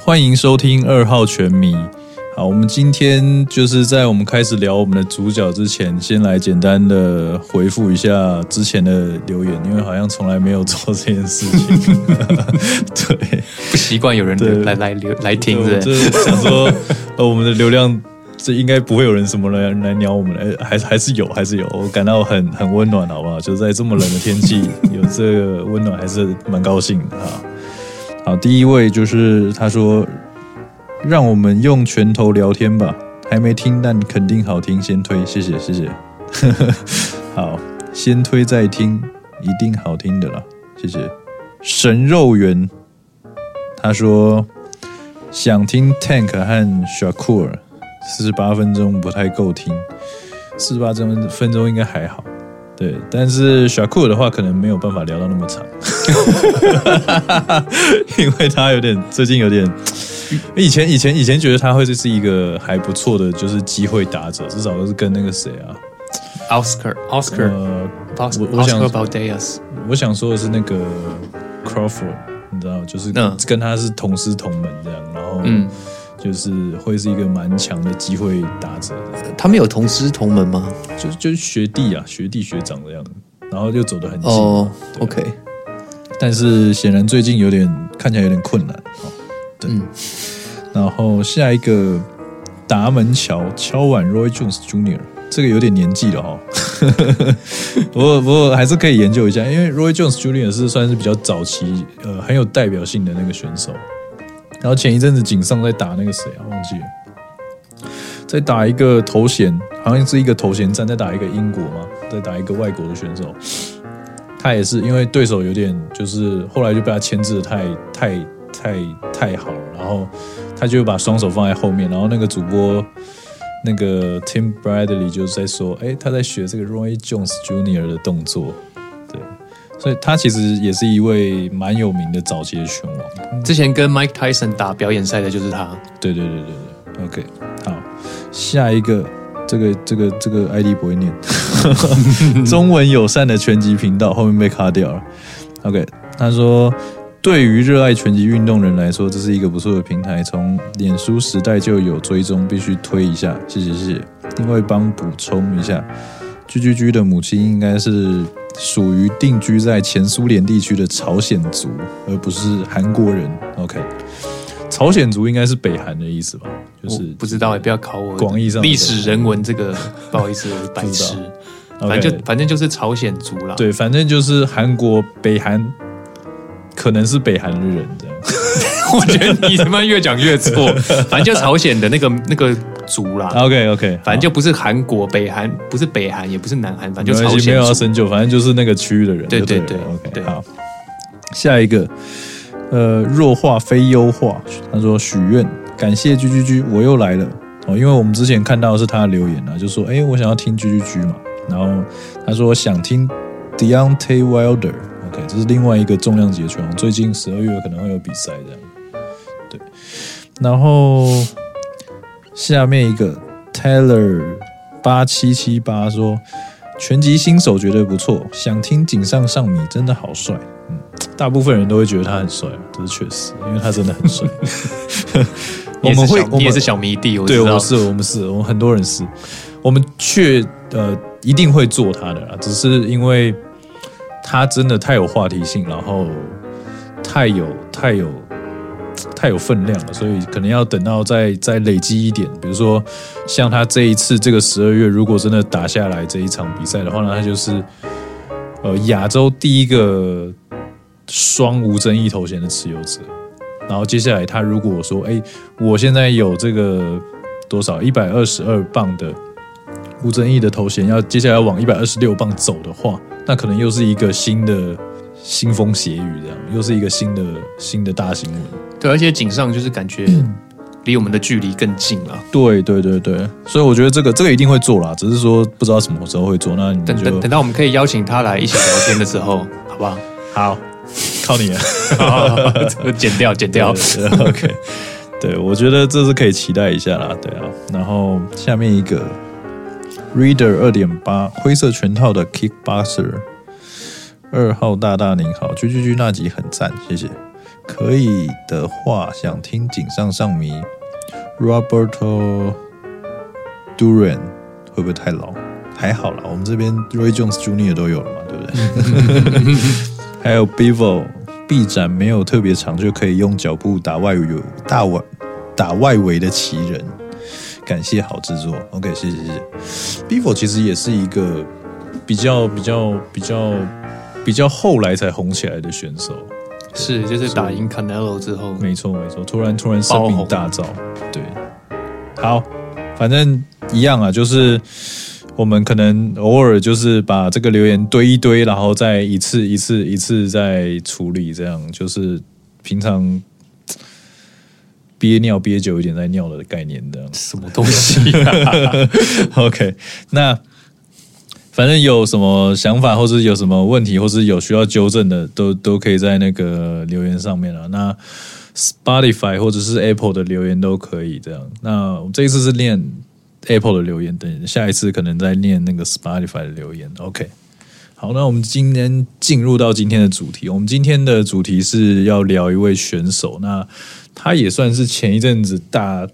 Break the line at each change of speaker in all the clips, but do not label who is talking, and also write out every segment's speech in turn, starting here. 欢迎收听二号拳迷。好，我们今天就是在我们开始聊我们的主角之前，先来简单的回复一下之前的留言，因为好像从来没有做这件事情。 对，
不习惯有人
对
来来留来听
对我
是
就
不
是是想说， 呃，我们的流量。这应该不会有人什么来来鸟我们，哎，还还是有，还是有，我感到很很温暖，好不好？就在这么冷的天气，有这个温暖，还是蛮高兴的啊。好，第一位就是他说，让我们用拳头聊天吧，还没听，但肯定好听，先推，谢谢，谢谢。 好，先推再听，一定好听的啦，谢谢。神肉圆，他说想听 Tank 和 Shakur，四十八分钟不太够听，四十八分分钟应该还好。对，但是 Shakur 的话可能没有办法聊到那么长， 因为他有点最近有点，以前以前以前觉得他会是一个还不错的，就是机会打者，至少都是跟那个谁啊，
Oscar Oscar
呃，
Oscar
我想
Oscar Baldeas，
我想说的是那个 Crawford，你知道，就是
嗯
跟他是同师同门这样，然后
嗯，
就是会是一个蛮强的机会打者的，
他们有同师同门吗？
就是就是学弟啊，学弟学长这样，然后又走得很近，
哦、
对
o k
但是显然最近有点看起来有点困难哦。对，
嗯
然后下一个达门桥敲碗 Roy Jones Jr. 这个有点年纪了哦，不过不过还是可以研究一下，因为 Roy Jones Jr. 是算是比较早期呃很有代表性的那个选手。然后前一阵子井上在打那个谁啊，忘记了，在打一个头衔，好像是一个头衔战，在打一个英国嘛，在打一个外国的选手。他也是因为对手有点就是后来就被他牵制的太太太太好了，然后他就把双手放在后面，然后那个主播那个 Tim Bradley 就在说，哎，他在学这个 Roy Jones Jr. 的动作，对，所以他其实也是一位蛮有名的早期的拳王。
之前跟 Mike Tyson 打表演赛的就是他，
对对对对对，OK，好，下一个，这个这个这个 ID 不会念，中文友善的拳击频道后面被卡掉了。OK，他说，对于热爱拳击运动人来说，这是一个不错的平台，从脸书时代就有追踪，必须推一下，谢谢谢谢。另外帮补充一下，G G G 的母亲应该是。属于定居在前苏联地区的朝鲜族，而不是韩国人。OK，朝鲜族应该是北韩的意思吧？就
我
是
不知道也不要考我
广义上的
历史人文这个， 不好意思，我是白痴
不知。
反正
OK
就反正就是朝鲜族啦，
对，反正就是韩国北韩，可能是北韩的人这样。
我觉得你他妈越讲越错。 反正就朝鲜的那个那个族啦，
OK OK，
反正就不是韩国、北韩，不是北韩，也不是南韩，反正就
没
朝
关系，没
鲜
有要
族。
深究，反正就是那个区域的人
对
就了
对对
OK，
对
好，下一个，呃，弱化非优化，他说许愿，感谢 G G G，我又来了哦，因为我们之前看到的是他的留言啊，就说哎、我想要听 G G G 嘛，然后他说想听 Deontay Wilder。OK，这是另外一个重量级的拳王，最近十二月可能会有比赛这样。对，然后下面一个 Taylor 八七七八说，拳击新手觉得不错，想听井上尚弥真的好帅。嗯，大部分人都会觉得他很帅，啊这是确实，因为他真的很 帅。我
你也是
们会
小，
我
你也
们
是小迷弟，我
对，
知
我
道
们。是，我们是，我们很多人是，我们确呃一定会做他的啦，只是因为他真的太有话题性，然后太有太有太有分量了，所以可能要等到再再累积一点。比如说，像他这一次这个十二月，如果真的打下来这一场比赛的话呢，他就是呃亚洲第一个双无争议头衔的持有者。然后接下来他如果说，哎，我现在有这个多少一百二十二磅的吴争议的头衔，要接下来往一百二十六磅走的话，那可能又是一个新的腥风血雨，这样又是一个新的新的大新闻。
对，而且井上就是感觉离我们的距离更近了。
对对对对，所以我觉得这个这个一定会做啦，只是说不知道什么时候会做。那你
等
们
等
就
等到我们可以邀请他来一起聊天的时候，好不好？
好，靠你了。
好， 剪掉，剪掉。
对对 OK，对我觉得这是可以期待一下啦，对啊。然后下面一个 Reader 二点八灰色拳套的 Kickboxer 二号大大您好，居居居那集很赞，谢谢。可以的话，想听井上尚弥、Roberto Duran 会不会太老？还好啦，我们这边 Roy Jones Jr. 都有了嘛，对不对？还有 Bevo 臂展没有特别长，就可以用脚步打外围大外打外围的奇人。感谢好制作，OK，谢谢谢谢。Bevo 其实也是一个比较比较比较比较后来才红起来的选手，
是就是打赢 Canelo 之后，
没错没错，突然突然生
爆
命
红
大噪，对，好，反正一样啊，就是我们可能偶尔就是把这个留言堆一堆，然后再一次一次一次再处理，这样就是平常憋尿憋久一点再尿的概念这样。
什么东西 啊？
OK，那反正有什么想法，或是有什么问题，或是有需要纠正的，都都可以在那个留言上面了。那 Spotify 或者是 Apple 的留言都可以这样。那我们这一次是念 Apple 的留言，等下一次可能再念那个 Spotify 的留言。OK。好，那我们今天进入到今天的主题。我们今天的主题是要聊一位选手，那他也算是前一阵子大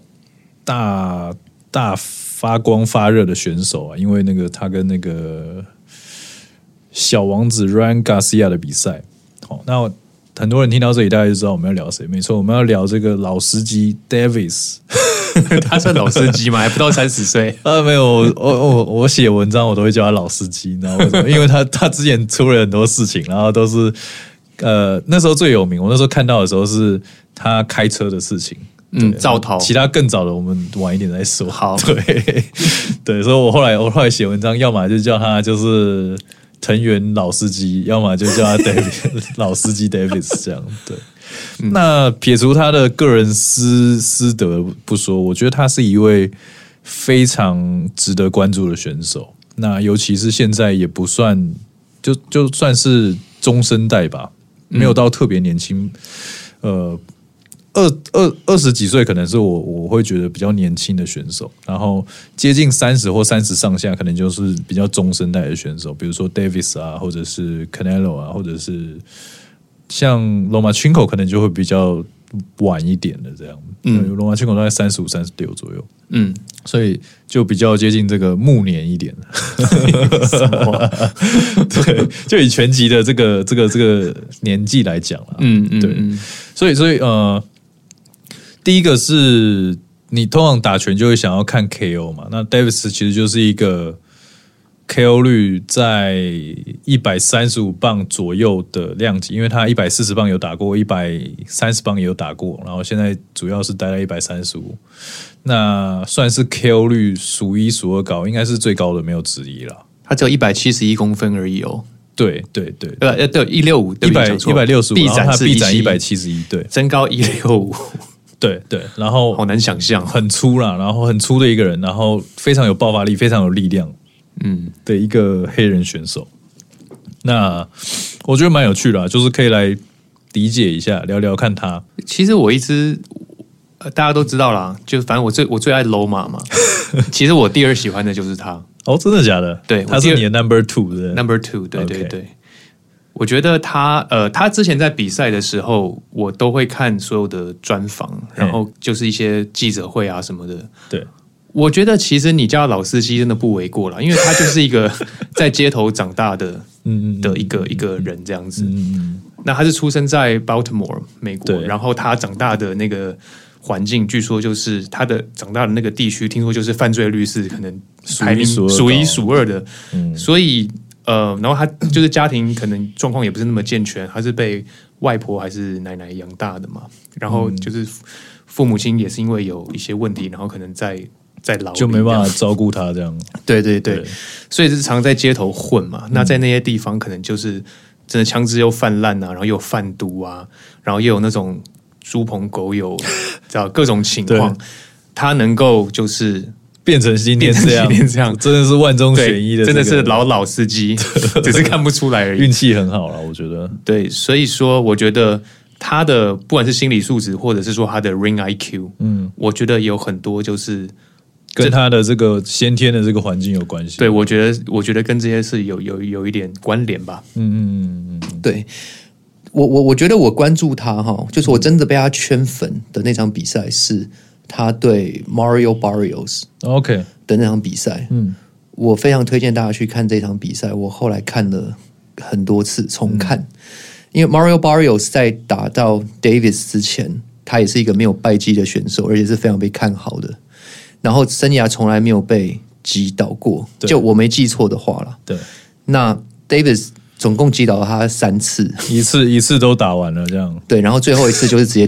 大大发光发热的选手啊，因为那个他跟那个小王子 Ryan Garcia 的比赛。好，那很多人听到这里，大家就知道我们要聊谁。没错，我们要聊这个老司机 Davis。
他算老司机吗？还不到三十岁，
啊，没有，我我我我写文章我都会叫他老司机，你知道为什么？因为他他之前出了很多事情，然后都是呃那时候最有名，我那时候看到的时候是他开车的事情。
嗯，
对
造逃。
其他更早的我们晚一点再说。
好
对对，所以我后来我后来写文章，要么就叫他就是藤原老司机，要么就叫他 David 老司机 Davis 这样。对，那撇除他的个人私私德不说，我觉得他是一位非常值得关注的选手。那尤其是现在也不算，就就算是中生代吧，没有到特别年轻，呃，二二二十几岁可能是我我会觉得比较年轻的选手，然后接近三十或三十上下，可能就是比较中生代的选手，比如说 Davis 啊，或者是 Canelo 啊，或者是像 Lomachenko 可能就会比较晚一点的这样，嗯，Lomachenko 大概三十五、三十六左右，
嗯，
所以就比较接近这个暮年一 点。 对，就以全集的这个这个这个年纪来讲啦，
嗯嗯
对
嗯，
所以所以呃，第一个是你通常打拳就会想要看 KO 嘛，那 Davis 其实就是一个 KO 率在一百三十五磅左右的量级，因为他一百四十磅有打过，一百三十磅也有打过，然后现在主要是待在一百三十五，那算是 KO 率数一数二高，应该是最高的，没有之一了。
他只有一百七十一公分而已哦。
对对对，
呃呃，对，一六五，对
一
不起
百
讲错
一百六十五，
臂
然后
展
他
是
臂展一百
七，
七十一，对
身高一六五，
对对，然后
好难想象。哦
很粗啦，然后很粗的一个人，然后非常有爆发力，非常有力量
嗯，
的一个黑人选手。那我觉得蛮有趣的、啊，就是可以来理解一下，聊聊看他。
其实我一直。呃大家都知道啦，就反正我最我最爱 Loma 嘛，其实我第二喜欢的就是他
哦，真的假的？
对
他
我第
是
二
你的 number two 的。
，Number Two，对对
OK
对我觉得他呃，他之前在比赛的时候，我都会看所有的专访，然后就是一些记者会啊什么的，
对，
我觉得其实你叫他老司机真的不为过了，因为他就是一 个在街头长大的
嗯嗯
的一个一个人这样子。
嗯，
那他是出生在 Baltimore 美国，
对
然后他长大的那个环境，据说就是他的长大的那个地区，听说就是犯罪率是可能
数一
排名
数二高
数一数二的，
嗯
所以呃，然后他就是家庭可能状况也不是那么健全，他是被外婆还是奶奶养大的嘛，然后
嗯
就是父父母亲也是因为有一些问题，然后可能在在牢
就没
里这
办
样
法照顾他这样。
对对对，
对嗯
所以就是常在街头混嘛。那在那些地方，可能就是真的枪支又泛滥啊，然后又有贩毒啊，然后又有那种猪朋狗 友，知道各种情况。他能够就是
变成今天这样，
变成今天这样
真的是万中选一的这
对，真
个、
的是老老 司机，只是看不出来而已。
运气很好了，我觉得。
对，所以说我觉得他的不管是心理素质，或者是说他的 ring IQ，
嗯，
我觉得有很多就是
跟他的这个先天的这个环境有关系。
对我觉得，我觉得跟这些是有有有一点关联吧。
嗯，嗯嗯嗯嗯，
对，
我我我觉得我关注他哈，就是我真的被他圈粉的那场比赛是他对 Mario Barrios
OK，
的那场比赛，
嗯，
我非常推荐大家去看这场比赛。我后来看了很多次重看，
嗯
因为 Mario Barrios 在打到 Davis 之前，他也是一个没有败绩的选手，而且是非常被看好的。然后生涯从来没有被击倒过，
对
就我没记错的话啦。
对，
那 Davis 总共击倒了他三次，
一次一次都打完了，这样
对，然后最后一次就是直接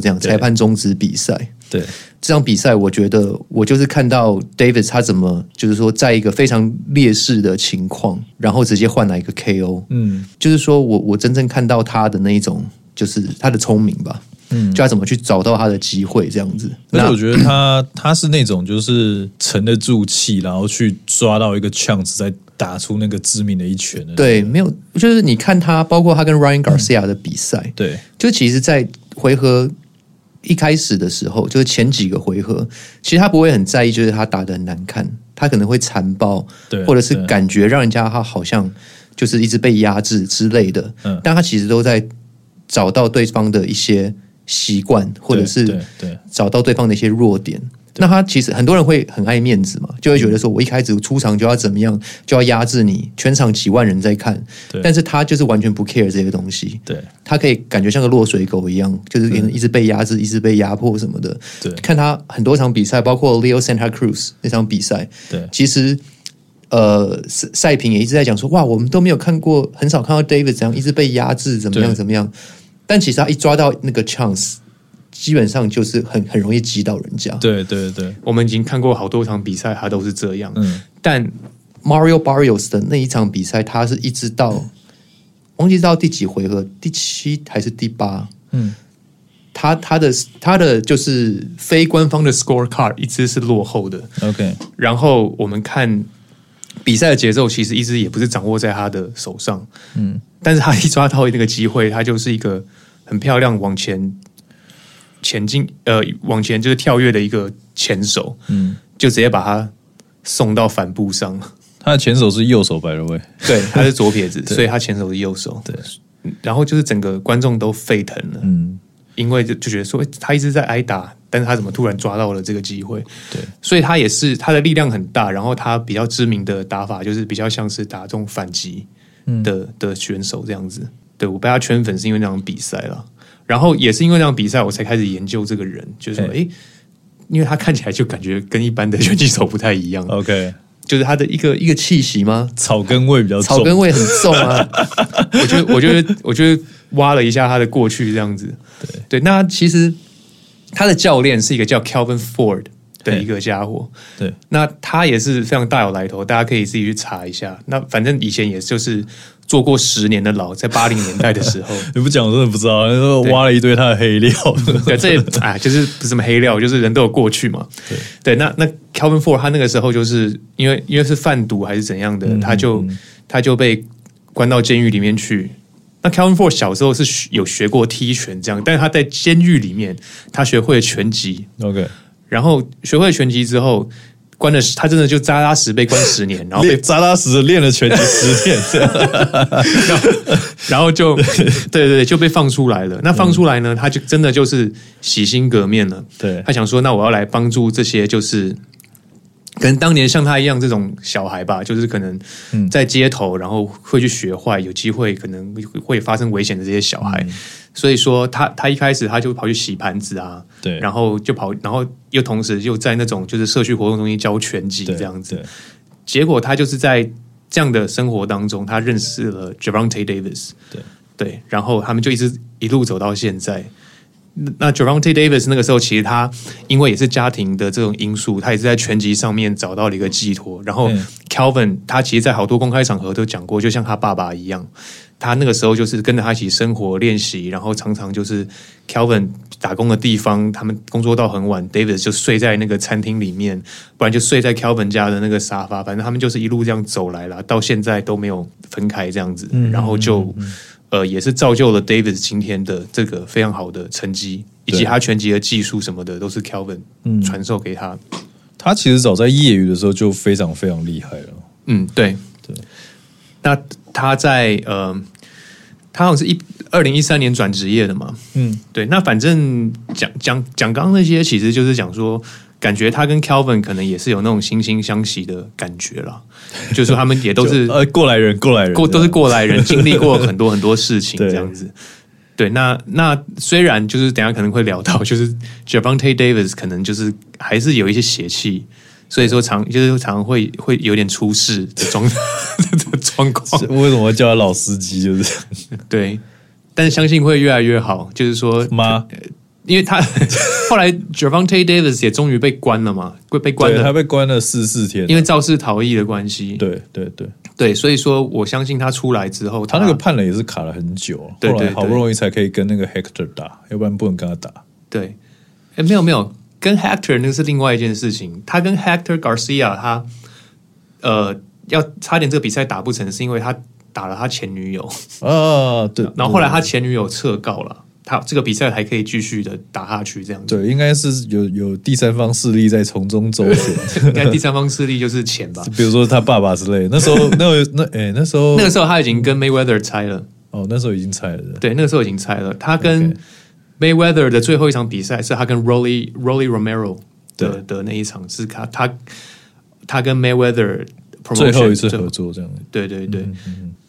这样，
对
裁判终止比赛。
对，
这场比赛，我觉得我就是看到 Davis 他怎么，就是说，在一个非常劣势的情况，然后直接换来一个 KO，
嗯
就是说我我真正看到他的那一种，就是他的聪明吧，
嗯
就。他怎么去找到他的机会这样子。
而且我
那
觉得他 他是那种就是沉得住气，然后去抓到一个 chance，再打出那个致命的一拳的。
对，没有，就是你看他，包括他跟 Ryan Garcia 的比赛，
对
就其实，在回合一开始的时候，就是前几个回合，其实他不会很在意，就是他打的很难看，他可能会残暴，
对，
或者是
对
感觉让人家他好像就是一直被压制之类的，
嗯
但他其实都在找到对方的一些习惯，或者
对
是
对对
找到对方的一些弱点。那他其实很多人会很爱面子嘛，就会觉得说我一开始出场就要怎么样，就要压制你，全场几万人在看
对，
但是他就是完全不 care 这些东西，
对
他可以感觉像个落水狗一样，就是可能一直被压制，一直被压迫什么的。
嗯对
看他很多场比赛，包括 Leo Santa Cruz 那场比赛，
对
其实呃赛赛评也一直在讲说，哇，我们都没有看过，很少看到 David 怎样一直被压制，怎么样
对
怎么样。但其实他一抓到那个 chance，基本上就是很很容易击倒人家。
对对对，
我们已经看过好多场比赛，他都是这样。
嗯，
但
Mario Barrios 的那一场比赛，他是一直到忘记到第几回合，第七还是第八？
嗯，
他他的他的就是非官方
方的 scorecard 一直是落后的，
OK，
然后我们看比赛的节奏，其实一直也不是掌握在他的手上。
嗯，
但是他一抓到那个机会，他就是一个很漂亮往前前进，呃，往前就是跳跃的一个前手，
嗯，
就直接把他送到帆布上。
他的前手是右手白了喂，
对，他是左撇子，所以他前手是右手。
对，
然后就是整个观众都沸腾了，
嗯，
因为就就觉得说诶他一直在挨打，但是他怎么突然抓到了这个机会？
对，
所以他也是他的力量很大，然后他比较知名的打法就是比较像是打这种反击
嗯
的、的选手这样子。对我被他圈粉是因为那场比赛啦，然后也是因为那场比赛我才开始研究这个人，就是说
嘿
诶，因为他看起来就感觉跟一般的 拳击手不太一样，
OK，
就是他的一个
一个气息吗？
草根味比较重，
草根味很重啊！
我就 我就我就挖了一下他的过去，这样子。对那其实他的教练是一个叫 Calvin Ford 的一个家伙。
对，
那他也是非常大有来头，大家可以自己去查一下。那反正以前也就是坐过十年的牢，在八零年代的时候，
你不讲我真的不知道，就是挖了一堆他的黑料，
对，这也啊，就是不是什么黑料，就是人都有过去嘛。对，那那 Calvin Ford 他那个时候就是因为因为是贩毒还是怎样的，他就他就被关到监狱里面去。那 Calvin Ford 小时候是学有学过踢拳这样，但是他在监狱里面他学会了拳击，
OK，
然后学会了拳击之后。关了，他真的就扎扎实被关十年，然后被
练扎扎实实练了拳击十年，这样
然后 然后就对对对，就被放出来了。那放出来呢，他就真的就是洗心革面了。
嗯对
他想说，那我要来帮助这些就是。可能当年像他一样这种小孩吧，就是可能
嗯
在街头，然后会去学坏，有机会可能会发生危险的这些小孩。
嗯
所以说他他一开始他就跑去洗盘子啊，
对
然后就跑，然后又同时又在那种就是社区活动中心教拳击
对
这样子。
对
结果他就是在这样的生活当中，他认识了 Javante Davis，
对
对，然后他们就一直一路走到现在。那那 Javante Davis 那个时候，其实他因为也是家庭的这种因素，他也是在拳击上面找到了一个寄托。然后
嗯
Calvin 他其实，在好多公开场合都讲过，就像他爸爸一样，他那个时候就是跟着他一起生活练习，然后常常就是 Calvin 打工的地方，他们工作到很晚，Davis 就睡在那个餐厅里面，不然就睡在 Calvin 家的那个沙发，反正他们就是一路这样走来啦，到现在都没有分开这样子，然后就。呃，也是造就了 Davis 今天的这个非常好的成绩，以及
对嗯
他拳击的技术什么的，都是 Calvin 传授给他。
他其实早在业余的时候就非常非常厉害了。
嗯，对
对。
那他在呃，他好像是一二零一三年转职业的嘛，
嗯，
对，那反正讲讲讲刚刚那些，其实就是讲说，感觉他跟 Calvin 可能也是有那种惺惺相惜的感觉啦，就是说他们也都是
就呃过来人，过来人，
过都
这
是
样
过来人，经历过很多很多事情
对
这样子。对，那那虽然就是等一下可能会聊到，就是 Javante Davis 可能就是还是有一些邪气，所以说常就是常会会有点出事的状 的状况
是。为什么叫他老司机？就是这样
对，但相信会越来越好。就是说，呃
妈，
因为他 后来 Javante Davis 也终于被关了嘛，被被关
对他
了，
被关了四十四天，
因为肇事逃逸的关系。
对对对，
对，所以说我相信他出来之后，
他那个判了也是卡了很久，
对
后
对
来
对
好不容易才可以跟那个 Hector 打，要不然不能跟他打。
对，哎，没有没有，跟 Hector 那个是另外一件事情。他跟 Hector Garcia 他呃要差点这个比赛打不成，是因为他打了他前女友，
啊，对，
然后后来他前女友撤告了，他这个比赛还可以继续的打下去，这样子。
对，应该是有有第三方势力在从中周旋，
应该第三方势力就是钱吧。
比如说他爸爸之类的。那时 候，那那哎，那时候
那个时候他已经跟 Mayweather 拆了，
哦，那时候已经拆了。
对，那个时候已经拆了。他跟
OK
Mayweather 的最后一场比赛是他跟 Rolly Rolly Romero 的
对
的那一场，是他他他跟 Mayweather
最后一次
promotion
合作这样，
对对对、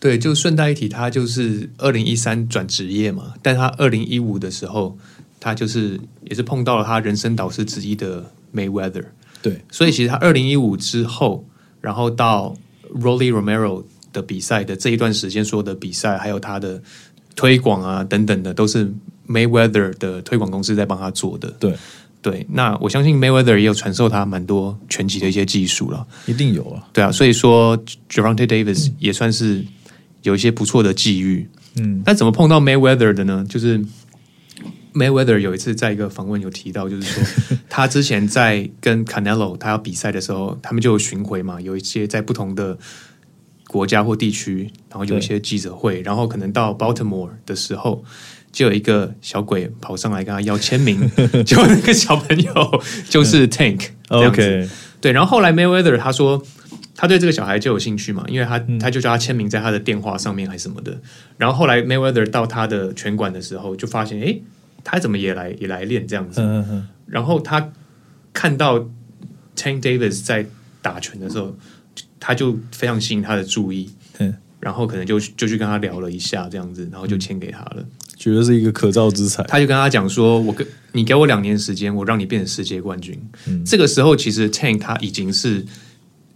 对，就顺带一提，他就是二零一三转职业嘛，但他二零一五的时候，他就是也是碰到了他人生导师之一的 Mayweather，
对
所以其实他二零一五之后，然后到 Rolly Romero 的比赛的这一段时间，所有的比赛还有他的推广啊等等的，都是 Mayweather 的推广公司在帮他做的。
对，
对，那我相信 Mayweather 也有传授他蛮多拳击的一些技术了。
一定有啊。
对啊，所以说 Javante Davis 也算是有一些不错的际遇。
嗯，
但怎么碰到 Mayweather 的呢？就是 Mayweather 有一次在一个访问有提到，就 是说他之前在跟 Canelo 他要比赛的时候，他们就有巡回嘛，有一些在不同的国家或地区，然后有一些记者会，然后可能到 Baltimore 的时候。就有一个小鬼跑上来跟他要签 名，结果那个小朋友就是 Tank 这样子
嗯 OK，
对，然后后来 Mayweather 他说他对这个小孩就有兴趣嘛，因为他他就叫他签名在他的电话上面还是什么的。然后后来 Mayweather 到他的拳馆的时候，就发现诶，他怎么也来也来练这样子。
嗯嗯嗯，
然后他看到 Tank Davis 在打拳的时候，他就非常吸引他的注意。
嗯
然后可能就就去跟他聊了一下这样子，然后就签给他了。
绝对是一个可造之材。
他就跟他讲说：“我跟你给我两年时间，我让你变成世界冠军。这个时候，其实 Tank 他已经是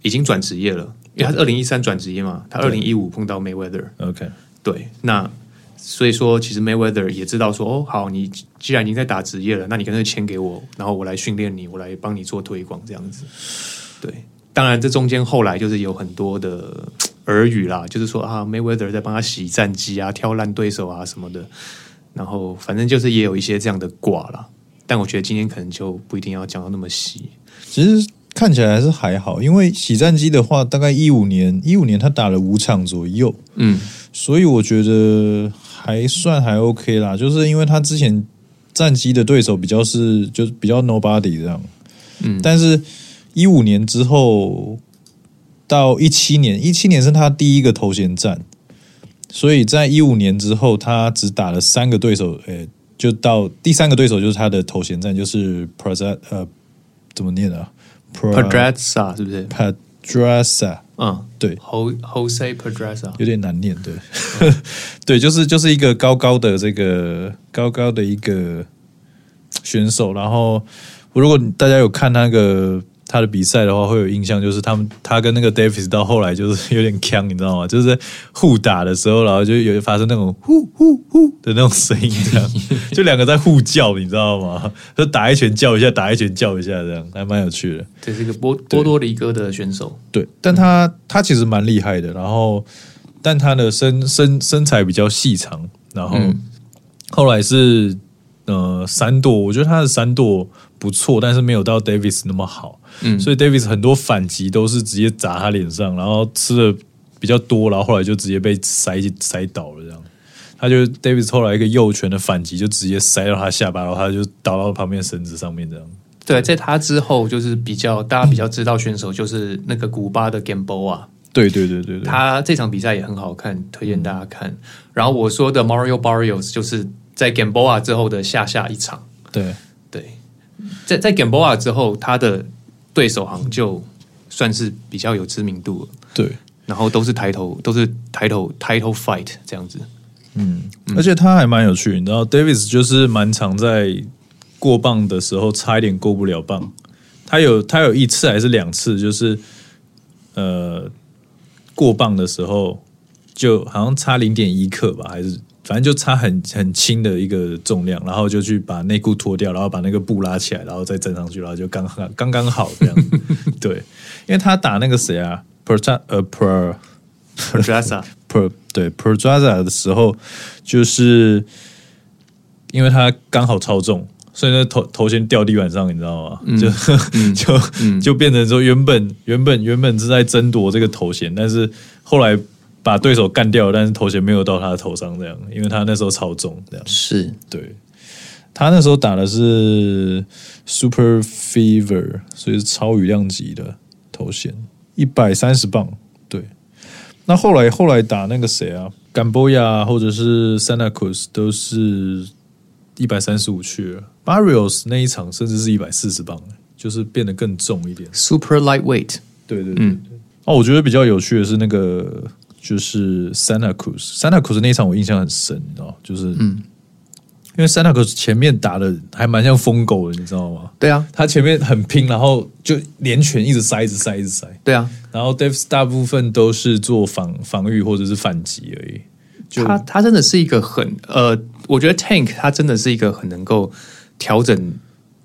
已经转职业了，因为他是二零一三转职业嘛，他二零一五碰到 Mayweather，
OK，
对，那所以说其实 Mayweather 也知道说，哦，好，你既然已经在打职业了，那你干脆签给我，然后我来训练你，我来帮你做推广这样子。对，当然这中间后来就是有很多的呃耳语啦，就是说啊，Mayweather 在帮他洗战绩啊，挑烂对手啊什么的，然后反正就是也有一些这样的挂啦。但我觉得今天可能就不一定要讲到那么细，
其实看起来还是还好，因为洗战机的话，大概一五年，一五年他打了五场左右，
嗯，
所以我觉得还算还 OK 啦。就是因为他之前战机的对手比较是就是比较 nobody 这样，
嗯
但是一五年之后到一七年，一七年是他第一个头衔战，所以在一五年之后，他只打了三个对手，诶、就到第三个对手就是他的头衔战，就是 p r a z a 呃，怎么念啊
p e d r a z a 是不是？
Padrasa，
嗯，
对
，Ho Jose p e d r a z a
有点难念，对， 对，就是就是一个高高的这个高高的一个选手，然后如果大家有看那个他的比赛的话，会有印象，就是他们他跟那个 Davis 到后来就是有点呛，你知道吗？就是互打的时候，然后就有发生那种呼呼呼的那种声音，这样就两个在互叫，你知道吗？就打一拳叫一下，打一拳叫一下，这样还蛮有趣的。
这是一个波波多黎各的选手，
对，但他、他其实蛮厉害的，然后但他的身身身材比较细长，然后
嗯
后来是呃三舵，我觉得他的三舵不错，但是没有到 Davis 那么好，
嗯
所以 Davis 很多反击都是直接砸他脸上，然后吃的比较多，然后后来就直接被塞塞倒了这样。他就 Davis 后来一个右拳的反击，就直接塞到他下巴，然后他就倒到旁边绳子上面这样。
对，在他之后就是比较大家比较知道选手就是那个古巴的 Gamboa，啊
对对对对对，
他这场比赛也很好看，推荐大家看。然后我说的 Mario Barrios 就是在 Gamboa 之后的下下一场，
对
对，
嗯
在在 Gamboa 之后，他的对手好像就算是比较有知名度了。
对，
然后都是抬头，都是抬头 title fight 这 样子，
而且他还蛮有趣，你知道，Davis 就是蛮常在过磅的时候差一点过不了磅。他有他有一次还是两次，就是呃过磅的时候，就好像差零点一克吧，还是反正就差很很轻的一个重量，然后就去把内裤脱掉，然后把那个布拉起来，然后再站上去，然后就刚好刚刚好这样。对，因为他打那个谁啊 p e r t 呃 Per。
p e r d r a s a
Per 对 Per d r a z a 的时候，就是因为他刚好超重，所以那头头先掉地板上，你知道吗？就 就、就变成说原本原本原本是在争夺这个头衔，但是后来把对手干掉了，但是头衔没有到他的头上，这样，因为他那时候超重，这样
是
对。他那时候打的是 Super Fever，所以是超羽量级的头衔，一百三十磅。对，那后来后来打那个谁啊，冈波亚或者是 Santa Cruz 都是一百三十五去了，Barrios 那一场甚至是一百四十磅，就是变得更重一点。
Super Lightweight，
对对对对。哦，我觉得比较有趣的是那个就是 Santa Cruz，Santa Cruz 那一场我印象很深，你知道吗，就是嗯，因为 Santa Cruz 前面打的还蛮像疯狗的，你知道吗？
对啊，
他前面很拼，然后就连拳一直塞，一直塞，一直塞。
对啊，
然后 Davis 大部分都是做防防御或者是反击而已。就
他他真的是一个很呃，我觉得 Tank 他真的是一个很能够调整，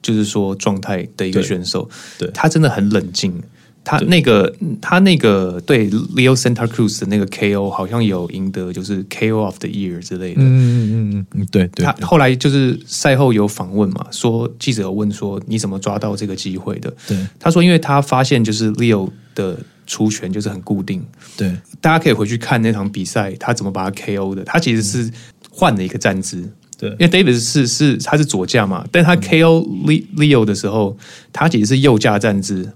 就是说状态的一个
对
选手。
对
他真的很冷静。他那个他那个对 Leo Santa Cruz 的那个 KO 好像有赢得就是 KO of the Year 之类的。
嗯嗯嗯嗯，对对
他后来就是赛后有访问嘛，说记者有问说你怎么抓到这个机会的？
对
他说因为他发现就是 Leo 的出拳就是很固定，
对
大家可以回去看那场比赛，他怎么把他 KO 的。他其实是换了一个站姿，
嗯对嗯
因为 Davis 是是他是左架嘛，但他 KO Le- Leo 的时候，他其实是右架站姿，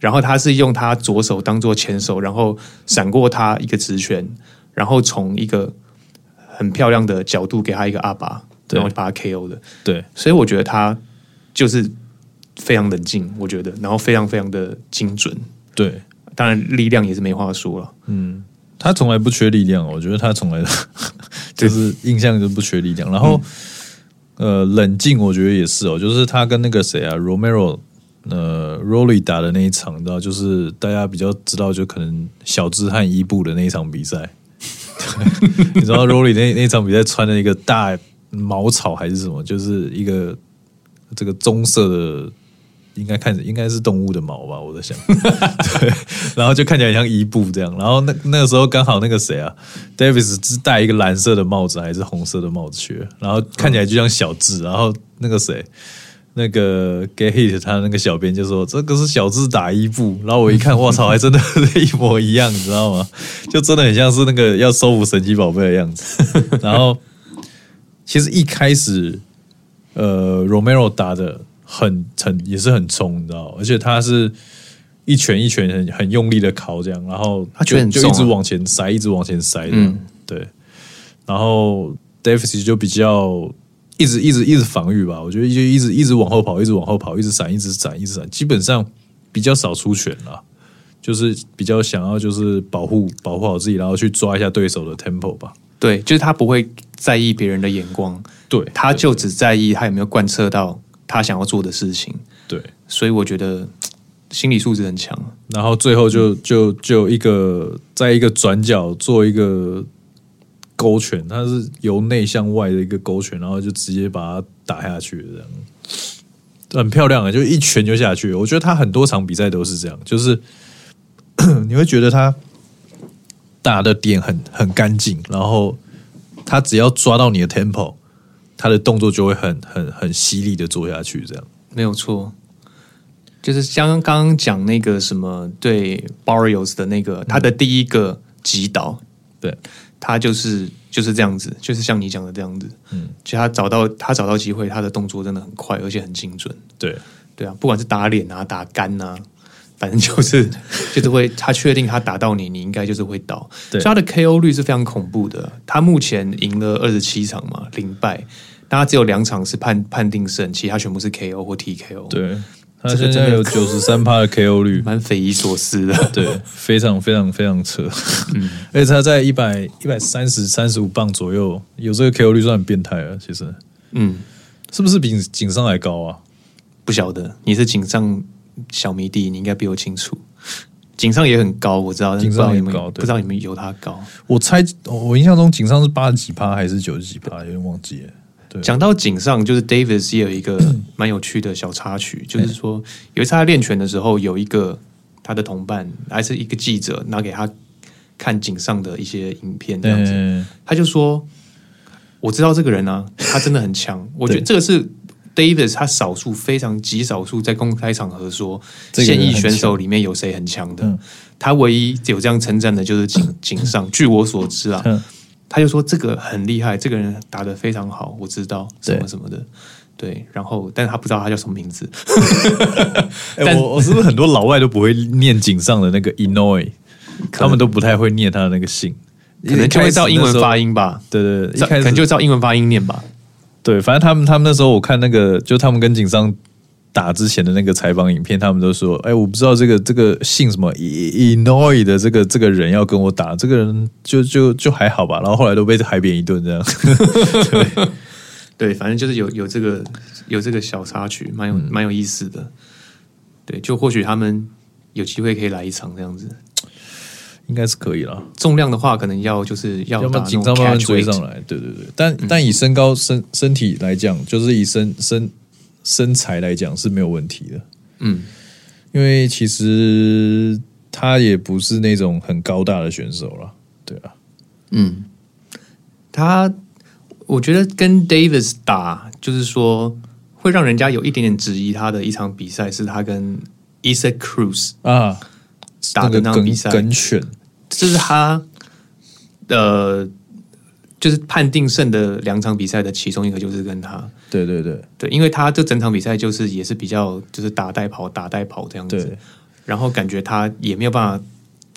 然后他是用他左手当做前手，然后闪过他一个直拳，然后从一个很漂亮的角度给他一个阿巴，
对
然后把他 KO 的。
对
所以我觉得他就是非常冷静，我觉得，然后非常非常的精准，
对，
当然力量也是没话说了。
他从来不缺力量，我觉得他从来 就是印象就不缺力量。然后、呃，冷静我觉得也是哦，就是他跟那个谁啊，Romero。呃，Rolly 打的那一场，你知道，就是大家比较知道，就可能小智和伊布的那一场比赛，你知道 Rolly 那那场比赛穿了一个大毛草还是什么，就是一个这个棕色的，应该看着应该是动物的毛吧，我在想。 对，然后就看起来像伊布这样。然后那那个时候刚好那个谁啊，Davis 是戴一个蓝色的帽子还是红色的帽子去了，然后看起来就像小智。然后那个谁。那个 Get Hit 他那个小编就说这个是小智打伊布，然后我一看，我操，还真的是一模一样，你知道吗？就真的很像是那个要收服神奇宝贝的样子。然后其实一开始，呃，Romero 打的很很也是很冲，你知道，而且他是一拳一拳很很用力的敲这样，然后
他
就
拳很
就
重
一
啊
直往前塞，一直往前塞，嗯，对。然后 Davis 就比较一直一直一直防御吧，我觉得就一直一直往后跑，一直往后跑，一直闪，一直闪，一直闪，基本上比较少出拳啦，就是比较想要就是保护保护好自己，然后去抓一下对手的 tempo 吧。
对，就是他不会在意别人的眼光，
对，
他就只在意他有没有贯彻到他想要做的事情。
对，
所以我觉得嘖心理素质很强。
然后最后就就就一个在一个转角做一个勾拳，它是由内向外的一个勾拳，然后就直接把它打下去，这样很漂亮啊，就一拳就下去。我觉得他很多场比赛都是这样，就是 你会觉得他打的点很很干净，然后他只要抓到你的 tempo，他的动作就会很很很犀利的做下去，这样。
没有错。就是像刚刚讲那个什么对 Barrios 的那
嗯
个，他的第一个击倒，
对
他就是就是这样子，就是像你讲的这样子。嗯，就他找到他找到机会，他的动作真的很快，而且很精准。
对
对啊，不管是打脸啊、打杆啊，反正就是 就是会，他确定他打到你，你应该就是会倒。所
对
以他的 KO 率是非常恐怖的。他目前赢了二十七场嘛，零败，但他只有两场是判判定胜，其他全部是 KO 或 TKO，，
对，他
这个
现在
真的
有九十三趴的 KO 率，
蛮匪夷所思的。
对，非常非常非常扯。 而且他在一百一百三十三十五磅左右有这个 KO 率，算很变态了。其实
嗯，
是不是比井上还高啊？
不晓得你是井上小迷弟，你应该比我清楚。井上也很高，我知道，但
井上也
不知道你
高
们
对
不知道你们有他高。
我猜，我我印象中井上是八十几趴还是九十几趴，有点忘记了。对，
讲到井上，就是 Davis 也有一个蛮有趣的小插曲，就是说有一次他练拳的时候，有一个他的同伴还是一个记者拿给他看井上的一些影片，这样子，
嗯，
他就说：“我知道这个人啊，他真的很强。” 我觉得这个是 Davis 他少数非常极少数在公开场合说
这个人
现役
很
选手里面有谁很强的，
嗯
他唯一有这样称赞的就 是井井上。据我所知啊，
嗯
他就说这个很厉害，这个人打得非常好，我知道
对
什么什么的。对，然后但是他不知道他叫什么 名字，
哎、
但
我我是不是很多老外都不会念井上的那个 Inoi，他们都不太会念他的那个姓，
可能就会照英文发
音。
音吧。
对对对，一
照
开
可
始
能就照英文发音念吧。
对，反正他们他们那时候我看那个，就他们跟井上打之前的那个采访影片，他们都说：“哎，我不知道这个这个姓什么 Inoi 的这个这个人要跟我打，这个人就就就还好吧。”然后后来都被海扁一顿这样。
对，反正就是有有这个有这个小插曲，蛮有
嗯
蛮有意思的。对，就或许他们有机会可以来一场这样子。
应该是可以了，
重量的话，可能要就是要
要么
打那
紧
种
张慢慢
catch
追
weight，嗯
上来，对对对。但、但以身高身身体来讲，就是以身身身材来讲是没有问题的。
嗯，
因为其实他也不是那种很高大的选手了，对啊，
嗯，
他我觉得跟 Davis 打，就是说会让人家有一点点质疑他的一场比赛是他跟 Isaac Cruz
啊，
打
那个
的那场
梗
比赛，
梗选，
这是他呃就是判定胜的两场比赛的其中一个，就是跟他。
对对对
对，因为他这整场比赛就是也是比较就是打带跑打带跑这样子，
对，
然后感觉他也没有办法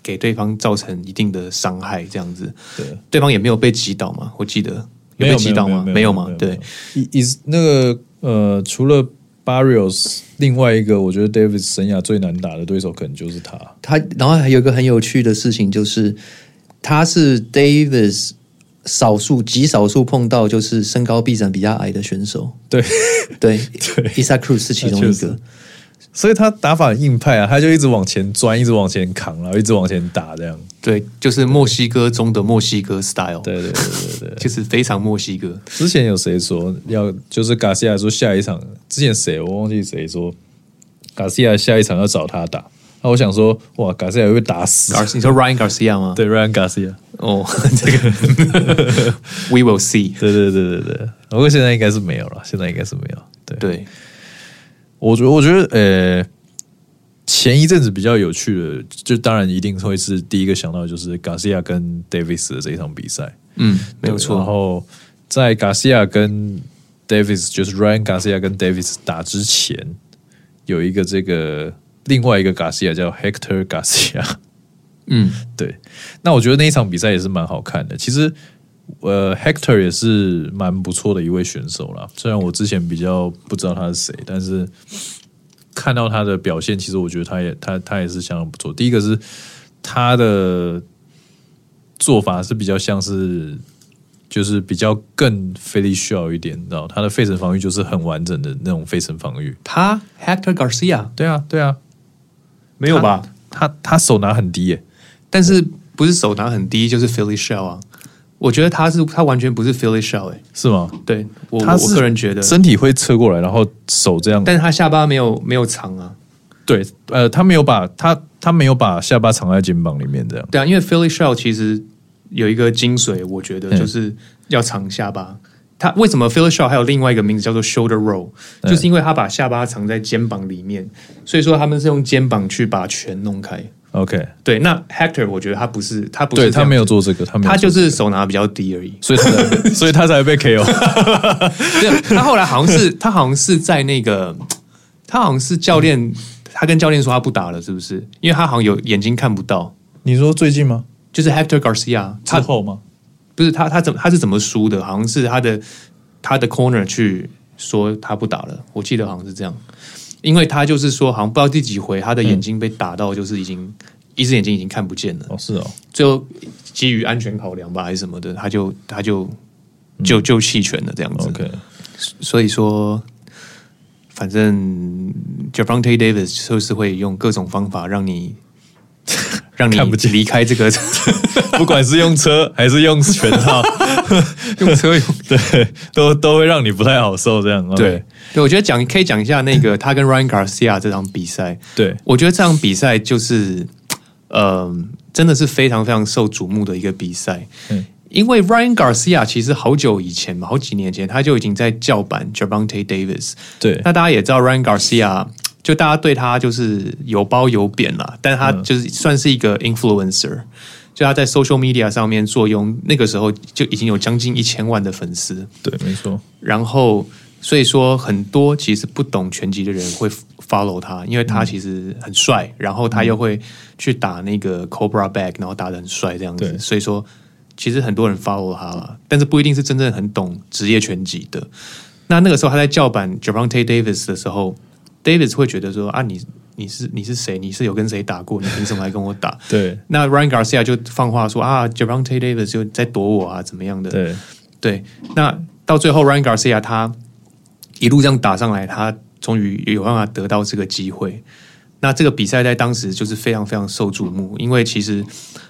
给对方造成一定的伤害这样子，
对，
对方也没有被击倒嘛，我记得
没
被
有
击倒吗？
没有
嘛，对，，
以以那个呃，除了 Barrios，另外一个我觉得 Davis 生涯最难打的对手可能就是他，
他然后还有一个很有趣的事情就是，他是 Davis 少数极少数碰到就是身高臂展比较矮的选手，
对，
对，Isa Cruz 是其中
啊确
一
实
个，
所以他打法很硬派啊，他就一直往前钻，一直往前扛，然后一直往前打这样，
对，就是墨西哥中的墨西哥 style，
对对对对对。
就是非常墨西哥，
之前有谁说要，就是卡西亚说下一场，之前谁我忘记谁说，卡西亚下一场要找他打。那我想说，哇，卡西亚会被打死。
Gar- 你说 Ryan Garcia 吗？
对，Ryan Garcia，
哦，这 个 we will see，
对对对对对，不过现在应该是没有了，现在应该是没有。对，
对，
我觉得我觉得，呃，前一阵子比较有趣的，就当然一定会是第一个想到的就是卡西亚跟 Davis 的这一场比赛。
嗯，没有
对
错
然，后在 Garcia 跟 Davis，就是 Ryan Garcia 跟 Davis 打之前，有一个这个另外一个 Garcia 叫 Hector Garcia。
嗯，
对，那我觉得那一场比赛也是蛮好看的。其实，呃，Hector 也是蛮不错的一位选手啦。虽然我之前比较不知道他是谁，但是看到他的表现，其实我觉得他也他他也是相当不错。第一个是他的做法是比较像是。就是比较更 f i l i s h a 一点，你知道，他的费城防御就是很完整的那种费城防御。
他 Hector Garcia
对啊，对啊，
没
有吧？他他手拿很低耶、
但是不是手拿很低就是 Philly Shell 啊？我觉得他是他完全不是 Philly Shell 哎、
是吗？
对我
他
我
是
我个人觉得，
身体会侧过来，然后手这样。
但是他下巴没有没有长啊，
对，呃，他没有把他他没有把下巴藏在肩膀里面这样。
对啊，因为 Philly Shell 其实有一个精髓，我觉得
嗯
就是要长下巴。他为什么 Philly Shell 还有另外一个名字叫做 Shoulder Roll，就是
嗯
因为他把下巴藏在肩膀里面，所以说他们是用肩膀去把拳弄开。
OK，
对，那 Hector 我觉得他不是，他不是
对
这样
他没有做这个，他没有
他
做
就是手拿比较低而已。
所以他才 所以他才被 KO。
没有，他后来好像是他好像是在那个，他好像是教练他跟教练说他不打了，是不是？因为他好像有眼睛看不到，
你说最近吗？
就是 Hector Garcia，
之
他
后吗？
不是他他怎么他是怎么输的？好像是他的他的 corner 去说他不打了，我记得好像是这样，因为他就是说好像不知道第几回他的眼睛被打到，就是已经、一只眼睛已经看不见了。
哦，是哦，
最后基于安全考量吧，还是什么的，他就他就就就弃权了这样子。
嗯 OK，
所以说，反正 Javante Davis 就是会用各种方法让你 让你
看不见
离开这个
不管是用车还是用拳套，
用车用。
对，都都会让你不太好受。这样，OK 哦
对对，我觉得讲可以讲一下那个他跟 Ryan Garcia 这场比赛。
对，
我觉得这场比赛就是，呃，真的是非常非常受瞩目的一个比赛。
嗯
因为 Ryan Garcia 其实好久以前嘛，好几年前他就已经在叫板 Javante Davis。
对
那大家也知道 Ryan Garcia，就大家对他就是有褒有贬啦，但他就是算是一个 influencer，、就
嗯
他在 social media 上面坐拥，那个时候就已经有将近一千万的粉丝。
对，没错，
然后所以说很多其实不懂拳击的人会 follow 他，因为
嗯
他其实很帅，然后他又会去打那个 Cobra Bag，然后打得很帅这样子
嗯对，
所以说其实很多人 follow 他了，但是不一定是真正很懂职业拳击的。那那个时候他在叫板 Javante Davis 的时候，Davis 会觉得说啊，你你是你是谁？你是有跟谁打过？你凭什么来跟我打？
对
那 Ryan Garcia 就放话说啊，Javante Davis 就在躲我啊，怎么样的？
对
对，那到最后 Ryan Garcia 他一路这样打上来，他终于有办法得到这个机会。那这个比赛在当时就是非常非常受瞩目，因为其实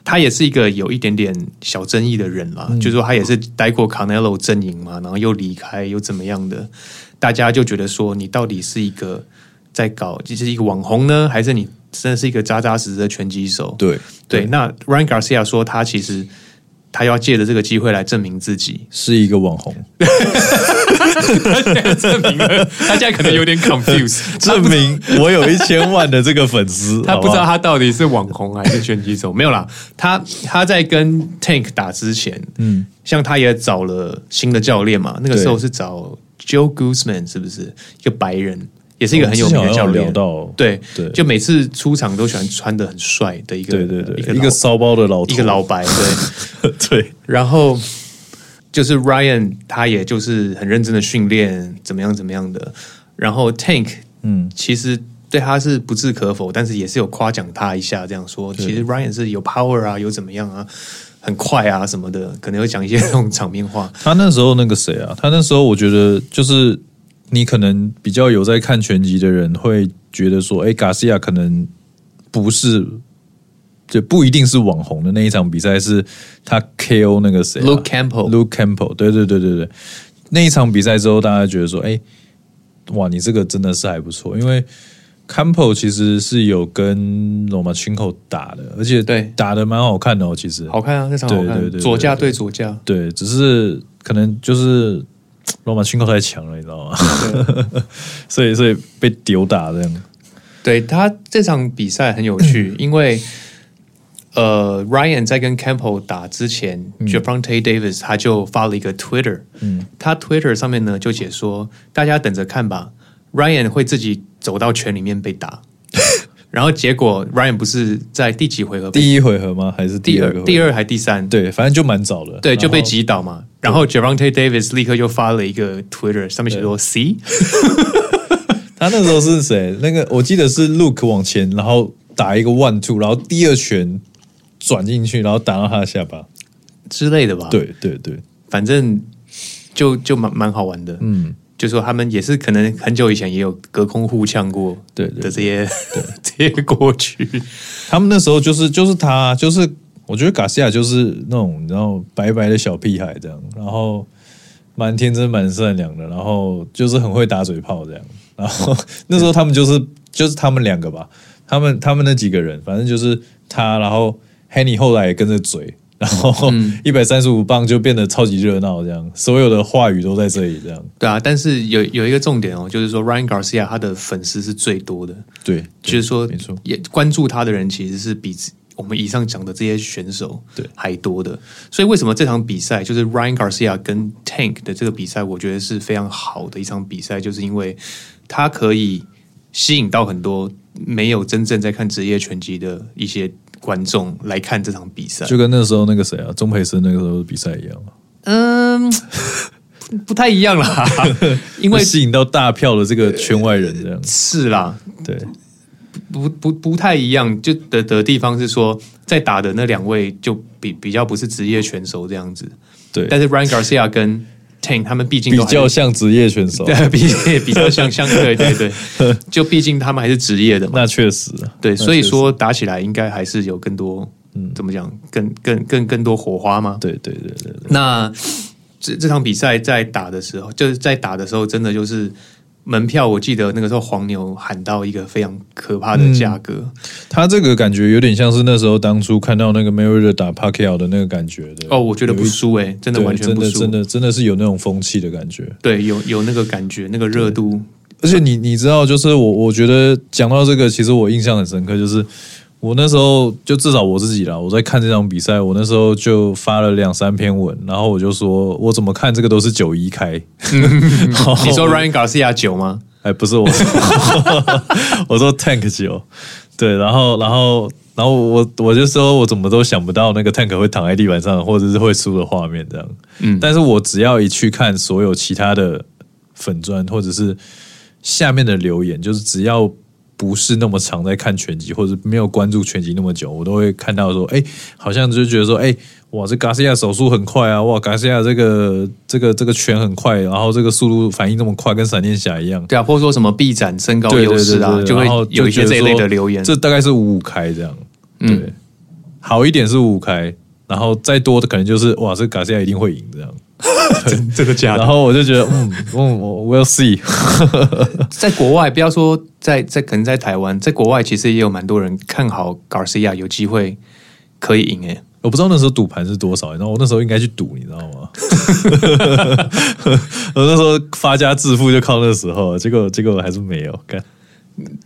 他也是一个有一点点小争议的人啦，就是说他也是待过 Canelo 阵营嘛，然后又离开又怎么样的，大家就觉得说你到底是一个在搞，就是一个网红呢，还是你真的是一个扎扎实实的拳击手？
对
对，那 Ryan Garcia 说他其实他要借着这个机会来证明自己，
是一个网红，
证明了，他现在可 能有点 confused，
证明我有一千万的这个粉丝，
他
好
不
不
知
好
道他到底是网红还是拳击手。没有啦，他他在跟 Tank 打之前，嗯，像他也找了新的教练嘛，那个时候
对
是找 Joe Guzman，是不是一个白人，也是一个很有名
我哦
的
们之前
教
好像有
练
聊。到
对
对
就每次出场都喜欢穿的很帅的一个，
对对对，
一个
一
老
个骚包的老头
一个老白，对。
对
然后就是 Ryan，他也就是很认真的训练，怎么样怎么样的。然后 Tank，嗯，其实对他是不置可否，但是也是有夸奖他一下，这样说，其实 Ryan 是有 power 啊，有怎么样啊，很快啊什么的，可能会讲一些那种场面话。
他那时候那个谁啊，他那时候我觉得就是你可能比较有在看拳击的人会觉得说，哎，嘎西亚可能不是。就不一定是网红的那一场比赛，是他 KO 那个谁、啊、
Luke Campbell
Luke Campbell，对对对对对，那一场比赛之后，大家觉得说，哎、哇，你这个真的是还不错，因为 Campbell 其实是有跟罗马琴口打的，而且
对
打的蛮好看的哦，其实
好看啊，那场好看，
对对对对
左架对左架，
对，只是可能就是罗马口太强了，你知道吗？ 所以所以被丢打这样。
对他这场比赛很有
嗯
趣，因为呃，Ryan 在跟 Campbell 打之前、
嗯
j a v a n t e Davis 他就发了一个 Twitter，嗯，他 Twitter 上面呢就写说，大家等着看吧，Ryan 会自己走到圈里面被打， 然后结果 Ryan 不是在第几回合被？
第一回合吗？还是
第
二
二
个回合？
第二还第三？
对，反正就蛮早的。
对，
然后
就被击倒嘛。然后 Javante Davis 立刻就发了一个 Twitter，上面写说 “See”，
他那时候是谁？那个我记得是 Luke 往前，然后打一个 one two，然后第二拳转进去，然后打到他的下巴。
之类的吧？
对对对
反正就就蛮蛮好玩的，嗯，就说他们也是可能很久以前也有隔空互呛过，
对对
的这些 这些过去，
他们那时候就是就是他就是，我觉得卡西亚就是那种你知道白白的小屁孩这样，然后蛮天真蛮善良的，然后就是很会打嘴炮这样。然后那时候他们就是就是他们两个吧，他们他们那几个人，反正就是他，然后 Henny 后来也跟着嘴。然后
嗯
一百三十五磅就变得超级热闹，这样所有的话语都在这里，这样
对啊。但是有有一个重点哦，就是说 Ryan Garcia 他的粉丝是最多的，
对，
就是说
没错，
也关注他的人其实是比我们以上讲的这些选手
对
还多的。所以为什么这场比赛就是 Ryan Garcia 跟 Tank 的这个比赛，我觉得是非常好的一场比赛，就是因为它可以吸引到很多没有真正在看职业拳击的一些观众来看这场比赛。
就跟那时候那个谁啊，钟培生那个时候的比赛一样嘛，
嗯， 不不太一 样啦，因为
会吸引到大票的这个圈外人这样子。
是啦，
对，
不不不太一样，就的的地方是说，在打的那两位就比比较不是职业选手这样子，
对
但是 Ryan Garcia 跟 Tank 他们毕竟
比
都还是
较像职业选手，
对， 比比较像像对对对，就毕竟他们还是职业的嘛，
那确实啊，
对，
嗯那
所以
确实嗯
说打起来应该还是有更多，怎么讲，更更更更多火花嘛。
对对对对对，
那这这场比赛在打的时候，就是在打的时候，真的就是门票，我记得那个时候黄牛喊到一个非常可怕
嗯
的价格。
他这个感觉有点像是那时候当初看到那个 Mayweather 打 Pacquiao 的那个感觉的
哦，我觉得不输诶、真的
对
完全
真
不
的
输，
真的真的是有那种风气的感觉。
对，有有那个感觉，那个热度，
而且你你知道，就是我我觉得讲到这个，其实我印象很深刻，就是我那时候就至少我自己啦，我在看这场比赛，我那时候就发了两三篇文，然后我就说我怎么看这个都是九一开。
嗯 你
你
说 Ryan Garcia 九吗？
哎，不是我 说，我说 Tank 九，对，然后然后然后我我就说我怎么都想不到那个 Tank 会躺在地板上，或者是会输的画面这样。嗯，但是我只要一去看所有其他的粉砖或者是下面的留言，就是只要。不是那么常在看拳击，或者没有关注拳击那么久，我都会看到说，哎、好像就觉得说，哎、哇，这 Garcia 手速很快啊，哇，Garcia 这个这个这个拳很快，然后这个速度反应那么快，跟闪电侠一样。
对啊，或者说什么臂展身高
对
优势啊，
对对对
就
然后
会有一
觉
些
得
这一类
说
的留言。嗯
这大概是五五开这样。对，好一点是五五开，然后再多的可能就是哇，这卡西亚一定会赢这样。
这个假
然后我就觉得，嗯，嗯，我 we'll see，
啊在国外，不要说在在可能在台湾，在国外其实也有蛮多人看好 Garcia 有机会可以赢诶、欸
我不知道那时候赌盘是多少，然后我那时候应该去赌，你知道吗？ 我那时候发家致富就靠那时候，结果结果还是没有，干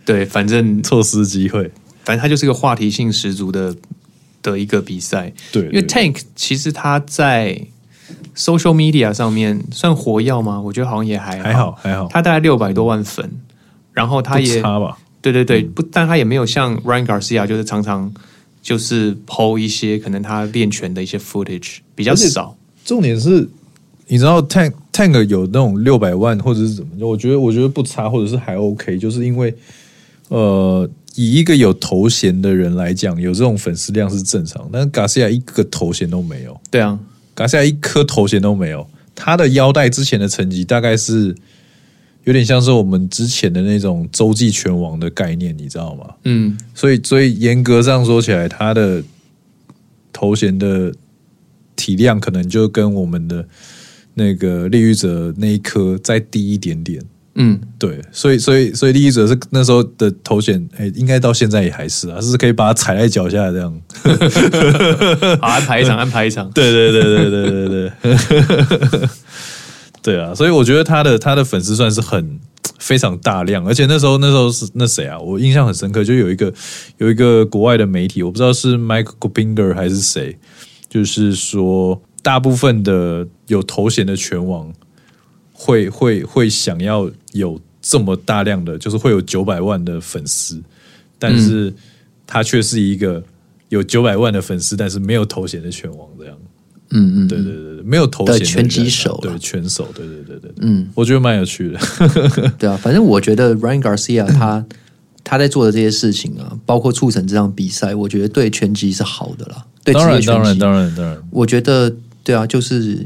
对，反正
错失机会。
反正他就是个话题性十足的的一个比赛。
对
因为
对
Tank 其实他在 social media 上面算活跃吗？我觉得好像也还好
还好还好
他大概六百多万粉，然后他
哦不
也
差嗯吧？
对对对，不，但他也没有像 Ryan Garcia 就是常常就是 PO 一些可能他练拳的一些 footage 比较
而且
少。
重点是，你知道 Tank Tank 有那种六百万或者是怎么样？我觉得我觉得不差，或者是还 OK，就是因为呃，以一个有头衔的人来讲，有这种粉丝量是正常。但是 Garcia 一个头衔都没有
对啊，
，Garcia 一颗头衔都没有。他的腰带之前的成绩大概是有点像是我们之前的那种洲际拳王的概念，你知道吗？
嗯，
所以，所以严格上说起来，他的头衔的体量可能就跟我们的那个利欲者那一颗再低一点点。
嗯，
对，所以，所以，所以利欲者是那时候的头衔，哎，应该到现在也还是啊，是可以把它踩在脚下这样。
好，安排一场，安排一场。
对对对对对对对， 对啊，所以我觉得他的他的粉丝算是很非常大量，而且那时候那时候是那谁啊，我印象很深刻，就有一个有一个国外的媒体，我不知道是 Mike Gopinger 还是谁，就是说大部分的有头衔的拳王会会会想要有这么大量的，就是会有九百万的粉丝，但是
嗯
他却是一个有九百万的粉丝，但是没有头衔的拳王这样。
嗯嗯，
对对对，对没有头衔
的
人啊
拳击手啦
对拳手，对对对对，嗯，我觉得蛮有趣的。
对啊，反正我觉得 Ryan Garcia 他他在做的这些事情啊，包括促成这场比赛，我觉得对拳击是好的啦，对职
当
业
然，
拳击
当然，当然，当然，
我觉得对啊，就是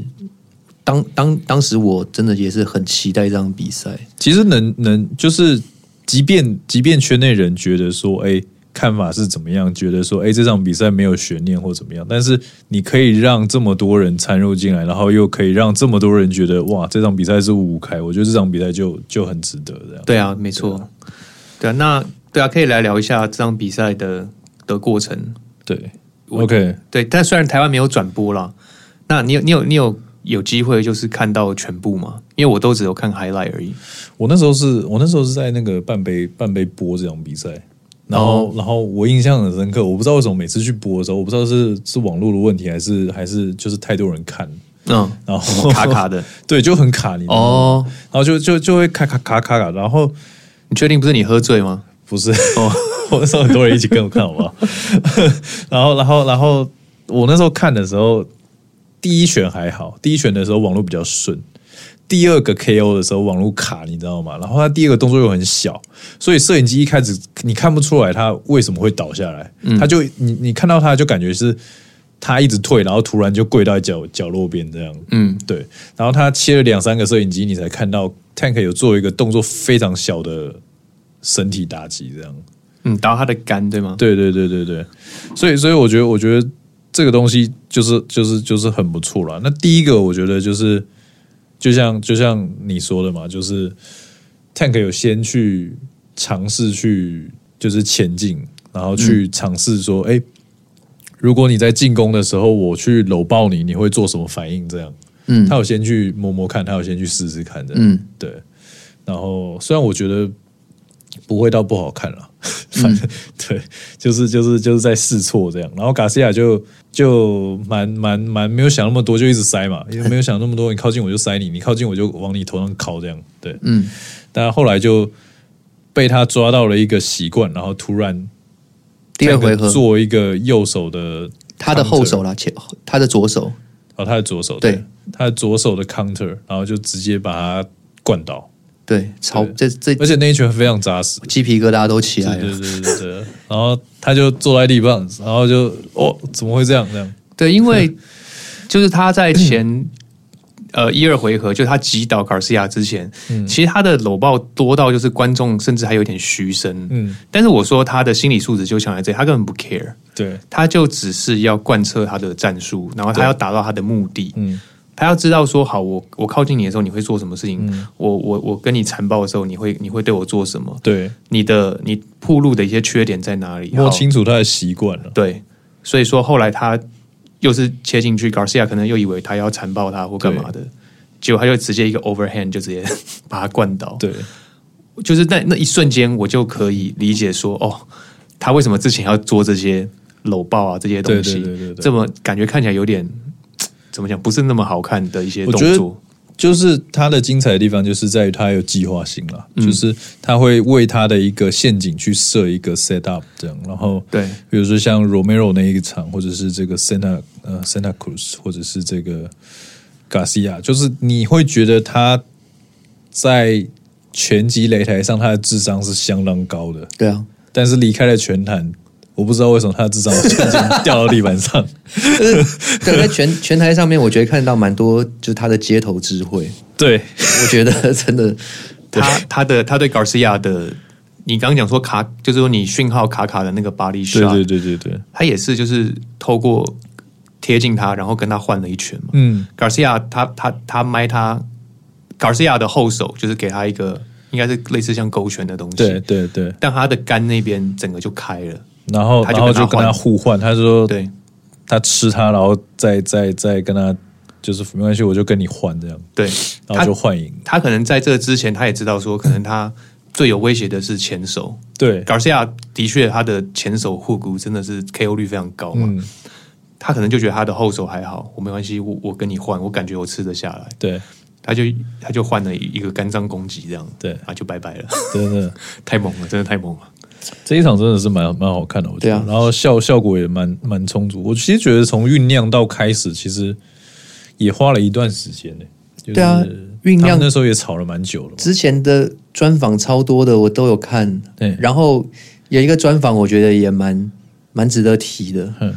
当当当时我真的也是很期待这场比赛，
其实能能就是，即便即便圈内人觉得说，哎，看法是怎么样，觉得说，哎，这场比赛没有悬念或怎么样，但是你可以让这么多人参入进来，然后又可以让这么多人觉得，哇，这场比赛是五五开，我觉得这场比赛就就很值得这样。
对啊，没错。对啊，那对啊，可以来聊一下这场比赛的的过程。
对，OK，
对，但虽然台湾没有转播啦，那你有你有你有有机会就是看到全部吗？因为我都只有看 highlight 而已。
我那时候是我那时候是在那个半杯半杯播这场比赛，然后、然后我印象很深刻，我不知道为什么每次去播的时候，我不知道是是网络的问题，还是还是就是太多人看，
嗯，
然后
卡 卡的
对，就很卡，你知道吗？
哦，
然后就就就会卡卡卡卡卡，然后
你确定不是你喝醉吗？
不是， 我那时候很多人一起跟我看，好不 好？然后，然后，然后我那时候看的时候，第一拳还好，第一拳的时候网络比较顺，第二个 KO 的时候网络卡，你知道吗？然后他第二个动作又很小，所以摄影机一开始你看不出来他为什么会倒下来，他就你你看到他就感觉是。他一直退，然后突然就跪到角角落边这样。嗯，对。然后他切了两三个摄影机，你才看到 Tank 有做一个动作非常小的身体打击这样。
嗯，打到他的肝对吗？
对对对对对。所以所以我觉得我觉得这个东西就是就是就是很不错了。那第一个我觉得就是就像就像你说的嘛，就是 Tank 有先去尝试去就是前进，然后去尝试说哎。诶如果你在进攻的时候，我去搂抱你，你会做什么反应？这样，嗯，他有先去摸摸看，他有先去试试看的，嗯，对。然后，虽然我觉得不会到不好看了，反
嗯
正、 对，就是就是就是在试错这样。然后，卡西亚就就蛮蛮蛮没有想那么多，就一直塞嘛，因为没有想那么多，你靠近我就塞你，你靠近我就往你头上靠，这样，对，嗯。但后来就被他抓到了一个习惯，然后突然。
第二回合
做一个右手的，
他的后手啦，前他的左手，
哦，他的左手，
对
对，他的左手的 counter，然后就直接把他灌倒，
对，超这这
而且那一拳非常扎实，
鸡皮疙瘩都起
对
来
对
了。
对对对，然后他就坐在地上，然后就哦，怎么会这样这样？
对，因 为就是他在 前呃一二回合，就是他击倒 Garcia 之前，其实他的搂抱多到就是观众甚至还有点嘘声。
嗯，
但是我说他的心理素质就强在这里，他根本不 care，
对，
他就只是要贯彻他的战术，然后他要达到他的目的。
嗯，
他要知道说，好，我我靠近你的时候你会做什么事情，我我我跟你残暴的时候你会你会对我做什么，
对，
你的你铺路的一些缺点在哪里？
摸
好
清楚他的习惯了，
对，所以说后来他又是切进去，Garcia 可能又以为他要残暴他或干嘛的，结果他就直接一个 overhand 就直接把他灌倒。，
对
就是那那一瞬间，我就可以理解说，哦，他为什么之前要做这些搂抱啊这些东西，
对对对对对
这么感觉看起来有点怎么讲，不是那么好看的一些
我
动
觉得
作。
就是他的精彩的地方，就是在于他有计划性啦，就是他会为他的一个陷阱去设一个 set up 这样，然后
对
比如说像 Romero 那一场，或者是这个 Santa 呃 Santa Cruz，或者是这个 Garcia，就是你会觉得他在拳击擂台上他的智商是相当高的，
对啊，
但是离开了拳坛，我不知道为什么他的智商瞬间掉到地板上。
对，在拳拳台上面，我觉得看到蛮多就是他的街头智慧，
对，
我觉得真的
他他的他对 Garcia 的，你刚刚讲说卡，就是说你讯号卡卡的那个 body shot，
对对对对对，
他也是就是透过贴近他，然后跟他换了一拳嘛。
嗯，
Garcia 他他他麦他 Garcia 的后手就是给他一个应该是类似像勾拳的东西，
对对对，
但他的肝那边整个就开了，
然后
他就
然后
跟他
就跟他
换
互换，他说
对
他吃他，然后再再再跟他就是没关系，我就跟你换这样，
对，
然后
他
就换赢。
他可能在这之前他也知道说，可能他最有威胁的是前手，
对，
Garcia 的确他的前手护骨真的是 KO 率非常高嘛，
嗯
他可能就觉得他的后手还好，我没关系，我我跟你换，我感觉我吃得下来，
对，
他就他就换了一个肝脏攻击这样，
对
啊就拜拜了，
真的。
太猛了，真的太猛了，
这一场真的是蛮蛮好看的，我觉得。
对啊
然后效效果也蛮蛮充足。我其实觉得从酝酿到开始，其实也花了一段时间呢、就是
对啊酝
他
酿
们那时候也吵了蛮久了嘛。
之前的专访超多的，我都有看。
对
然后有一个专访，我觉得也蛮蛮值得提的。
嗯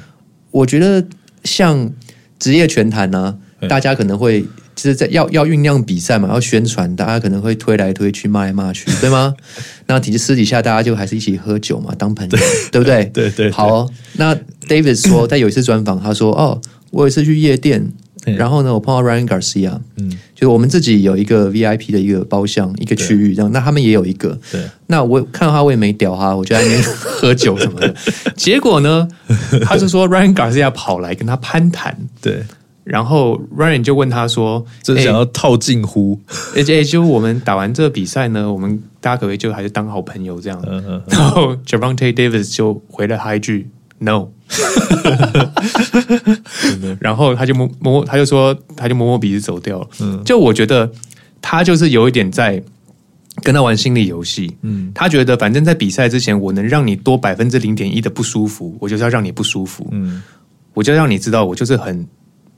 我觉得像职业拳坛呢、
嗯
大家可能会就是在要要酝酿比赛嘛，要宣传，大家可能会推来推去，骂来骂去，对吗？那其实私底下大家就还是一起喝酒嘛，当朋友，对不对？
对对对
好、哦，那 David 说，在有一次专访，他说：“哦，我有一次去夜店，
嗯
然后呢，我碰到 Ryan Garcia，
嗯
就是我们自己有一个 VIP 的一个包厢、一个区域这样，那他们也有一个。
对，
那我看到他，我也没屌他，我就在那边 喝酒什么的。
结果呢， 他就说 Ryan Garcia 跑来跟他攀谈，
对，
然后 Ryan 就问他说，
这
哎
想要套近乎，
而且、哎就我们打完这比赛呢，我们大家可不可以就还是当好朋友这样？
嗯嗯，
然后 Javante Davis 就回了他一句 “No”，然后他就摸摸，他就
嗯
说，他就摸摸鼻子走掉了。就我觉得他就是有一点在跟他玩心理游戏，嗯，他觉得反正在比赛之前，我能让你多百分之零点一的不舒服，我就是要让你不舒服，
嗯，
我就让你知道我就是很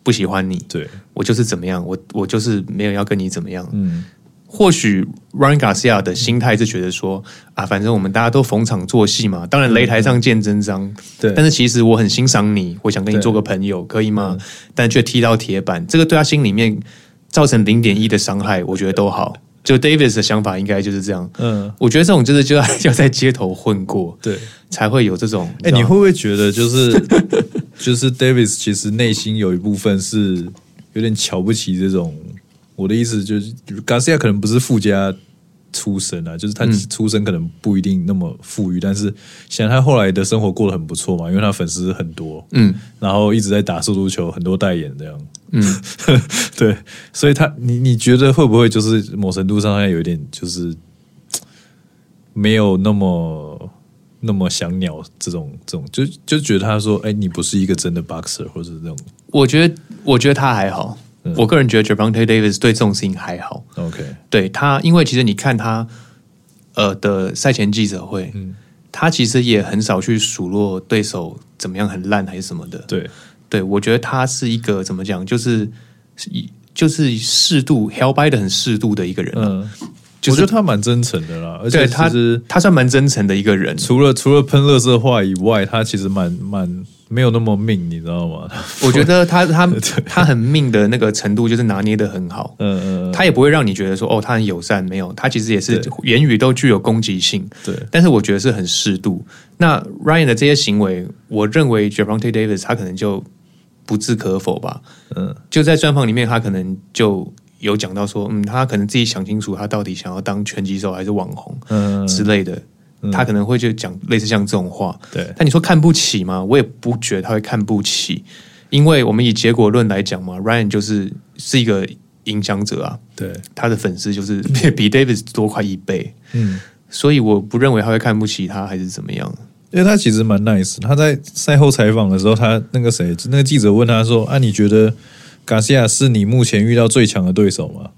不喜欢你，
对，
我就是怎么样，我我就是没有要跟你怎么样。
嗯
或许 Ryan Garcia 的心态是觉得说啊，反正我们大家都逢场作戏嘛，当然擂台上见真章，
嗯对
但是其实我很欣赏你，我想跟你
对
做个朋友，可以吗？但却踢到铁板，这个对他心里面造成零点一的伤害，我觉得都好。就 Davis 的想法应该就是这样。
嗯，
我觉得这种就是就要要在 街头混过，
对。
才会有这种。
哎、
知
嗯你
道
会不会觉得就是 就是 Davis 其实内心有一部分是有点瞧不起这种？我的意思就是，Garcia 可能不是富家出身啊，就是他出身可能不一定那么富裕，但是显然他后来的生活过得很不错嘛，因为他粉丝很多，
嗯，
然后一直在打速度球，很多代言这样，嗯， 对，所以他你你觉得会不会就是某程度上他有一点就是没有那么那么想鸟这种这种，就就觉得他说，哎、你不是一个真的 boxer，或者是这种
我觉得我觉得他还好，
嗯
我个人觉得 Javante Davis 对这种事情还好。
OK，
对他，因为其实你看他呃的赛前记者会，
嗯
他其实也很少去数落对手怎么样很烂还是什么的。
对，
对我觉得他是一个怎么讲，就是就是适度 hell by 的很适度的一个人啊、
嗯，
就是
我觉得他蛮真诚的啦，而且
对
其
他
实，
他算蛮真诚的一个人。
除了除了喷垃圾话以外，他其实蛮蛮没有那么命，你知道吗？
我觉得 他他他很命的那个程度，就是拿捏的很好。
嗯嗯，嗯
他也不会让你觉得说哦，他很友善，没有，他其实也是
对
言语都具有攻击性，
对
但是我觉得是很适度。那 Ryan 的这些行为，我认为 Javante Davis 他可能就不置可否吧。
嗯，
就在专访里面，他可能就有讲到说，嗯，他可能自己想清楚，他到底想要当拳击手还是网红，
嗯
之类的，他可能会就讲类似像这种话。
对
但你说看不起吗？我也不觉得他会看不起，因为我们以结果论来讲嘛，Ryan 就是是一个影响者啊，
对，
他的粉丝就是比 比 Davis 多快一倍，
嗯，
所以我不认为他会看不起他还是怎么样。
因为他其实蛮 nice，他在赛后采访的时候，他那个谁，那个记者问他说：“啊，你觉得 Garcia 是你目前遇到最强的对手吗？”